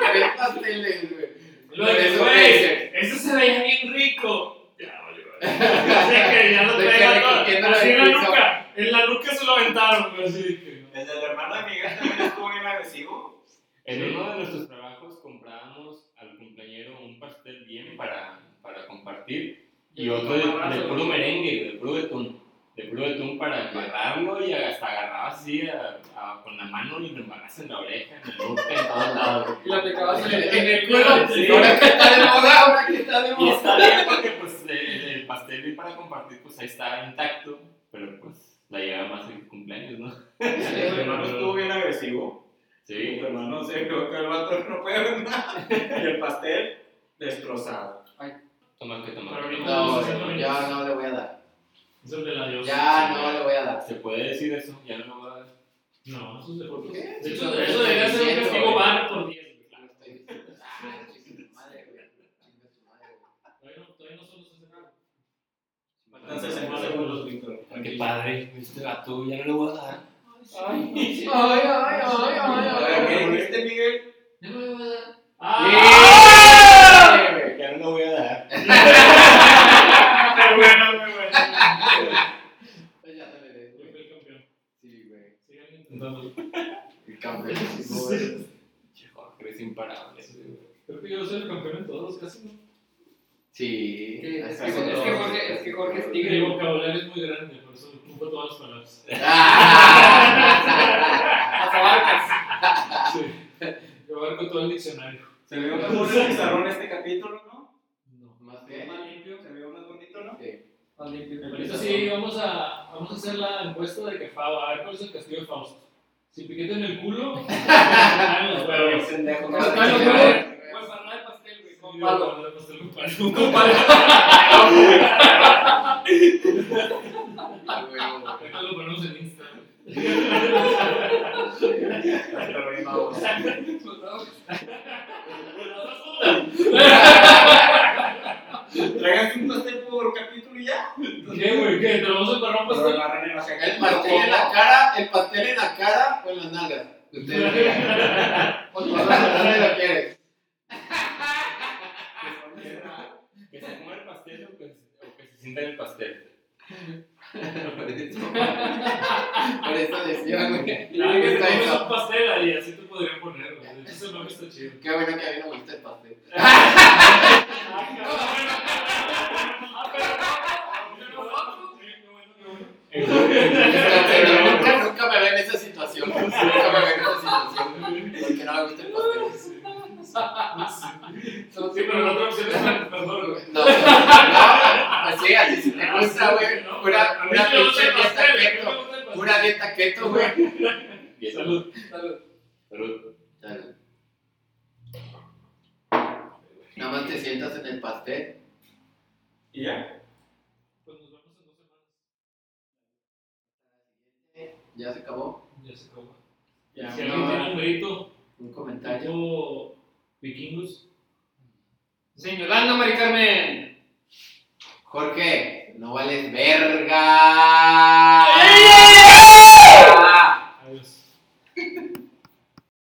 S1: Hay pasteles, güey.
S2: Lo
S1: Por
S2: de
S1: eso
S2: güey,
S1: que-
S2: eso se veía bien rico. Ya, vale, vale. Sé que ya lo
S1: De que
S2: traigo todo.
S1: recogiendo la
S2: Así en la
S1: pizza.
S2: nuca, en la nuca se lo aventaron, pero así de que.
S3: El del hermano de mi hija también estuvo bien agresivo.
S4: En
S2: Sí.
S4: uno de nuestros trabajos comprábamos al cumpleañero un pastel bien para, para compartir y otro de, de puro merengue, de puro betún. De puro betún para embarrarlo y hasta agarraba así a- a- con la mano y lo embarras en la oreja, en la nuca, en todos lados.
S5: Y la aplicabas en el-
S1: En el culo.
S4: Sí.
S1: Ahora que está de moda, ahora que está de
S4: Y
S1: moda.
S4: está bien porque pues el, el pastel para compartir pues ahí está intacto, pero pues la lleva más el cumpleaños, ¿no?
S3: El del hermano estuvo bien agresivo.
S4: Sí.
S3: Tu hermano se creo que el vato no puede ver nada. Y el pastel destrozado.
S4: Toma que toma.
S2: Pero ahorita
S1: No, güey, ya no le voy a dar.
S2: Es el de la diosa.
S1: Ya no le voy a dar.
S4: ¿Se puede decir eso? Ya no va a...
S2: No, eso es de por
S1: ¿Qué?
S2: De hecho, eso debería ser un castigo bar por 10. güey.
S1: Lo estoy diciendo. Ah, chinga tu madre, güey. Chinga tu madre, güey.
S2: Todavía no- Todavía no solo se hace nada.
S3: Faltan 60 segundos, Víctor.
S4: Qué padre, este gato ya no le voy a dar.
S5: Ay, sí.
S1: Ay, ay, ay, ay,
S3: A
S1: ay.
S3: ver, ¿qué dijiste, Miguel?
S5: Ya no le voy a dar.
S2: ¡Ah!
S4: Ya no le voy a dar.
S2: Muy bueno, muy bueno.
S1: Pues ya no le des,
S2: Yo
S1: güey.
S2: fui el campeón.
S1: Sí, güey.
S2: Sigan intentando.
S1: El campeonísimo, güey.
S4: Che, Jorge, es imparable.
S2: Creo que yo soy el campeón en todos, casi no.
S1: Sí.
S5: Que- Es que
S1: así son
S5: es que
S1: todos.
S5: Jorge es que Jorge es
S2: Mi
S5: tigre, güey.
S2: vocabulario es muy grande, por eso ocupo todas las palabras.
S1: Ah.
S5: Hasta barcas.
S2: Sí. Yo abarco todo el diccionario.
S3: Se vio como un pizarrón este capítulo, ¿no?
S2: No.
S1: Más bien.
S3: Más limpio, se vio más bonito, ¿no?
S5: Más limpio.
S2: Ahorita sí, vamos a, vamos a hacer la encuesta de que Fausto, a ver cuál es el castigo de Fausto. Si piquete en el culo, o en los huevos.
S3: Pendejo,
S5: Con
S3: ¿no?
S5: palo, güey. Con palo de pastel, güey. Con palo.
S2: Con palo.
S1: Ah, güey,
S2: Acá lo ponemos en Insta.
S3: Pero bien, vamos. Tráiganse un pastel por capítulo y ya.
S2: ¿Qué, güey? ¿Qué? ¿Te lo vamos a parar un
S3: Pero
S2: pastel?
S3: agarran en la jeta.
S1: El pastel en la cara, el pastel en la cara o en las nalgas. Ustedes digan. Por favor, ¿dónde lo quieres?
S4: Que se coma el pastel o que, se- o que se sienta en el pastel.
S1: Por eso, por eso decía, güey.
S2: Ya, que
S1: Está
S2: comes
S1: hecho.
S2: un pastel ahí, así te podrían poner, güey. De hecho, ese meme está chido.
S1: Qué bueno que a mí no me gusta el pastel. nunca, nunca me ven en esa situación. Nunca me ven en esa situación. Porque no me gusta el pastel.
S5: Solo
S2: Sí, pero la otra opción es la- perdón, güey.
S1: No, no, así, así si te gusta, güey.
S2: No,
S1: Pura,
S2: a mí
S1: pura
S2: sí me gusta
S1: pinche
S2: el
S1: dieta
S2: pastel, a mí
S1: keto.
S2: me gusta el pastel.
S1: Pura dieta keto, güey.
S4: Y eso,
S2: Salud.
S5: Salud.
S4: salud.
S1: Dale. Nada más te sientas en el pastel.
S3: Y ya.
S2: Pues nos vemos en dos semanas.
S1: Ya se acabó.
S2: Ya se acabó.
S3: Ya,
S2: Si alguien tiene un grito,
S1: Un comentario.
S2: tipo vikingos,
S5: Señalando, Mari Carmen.
S1: Jorge, no vales verga.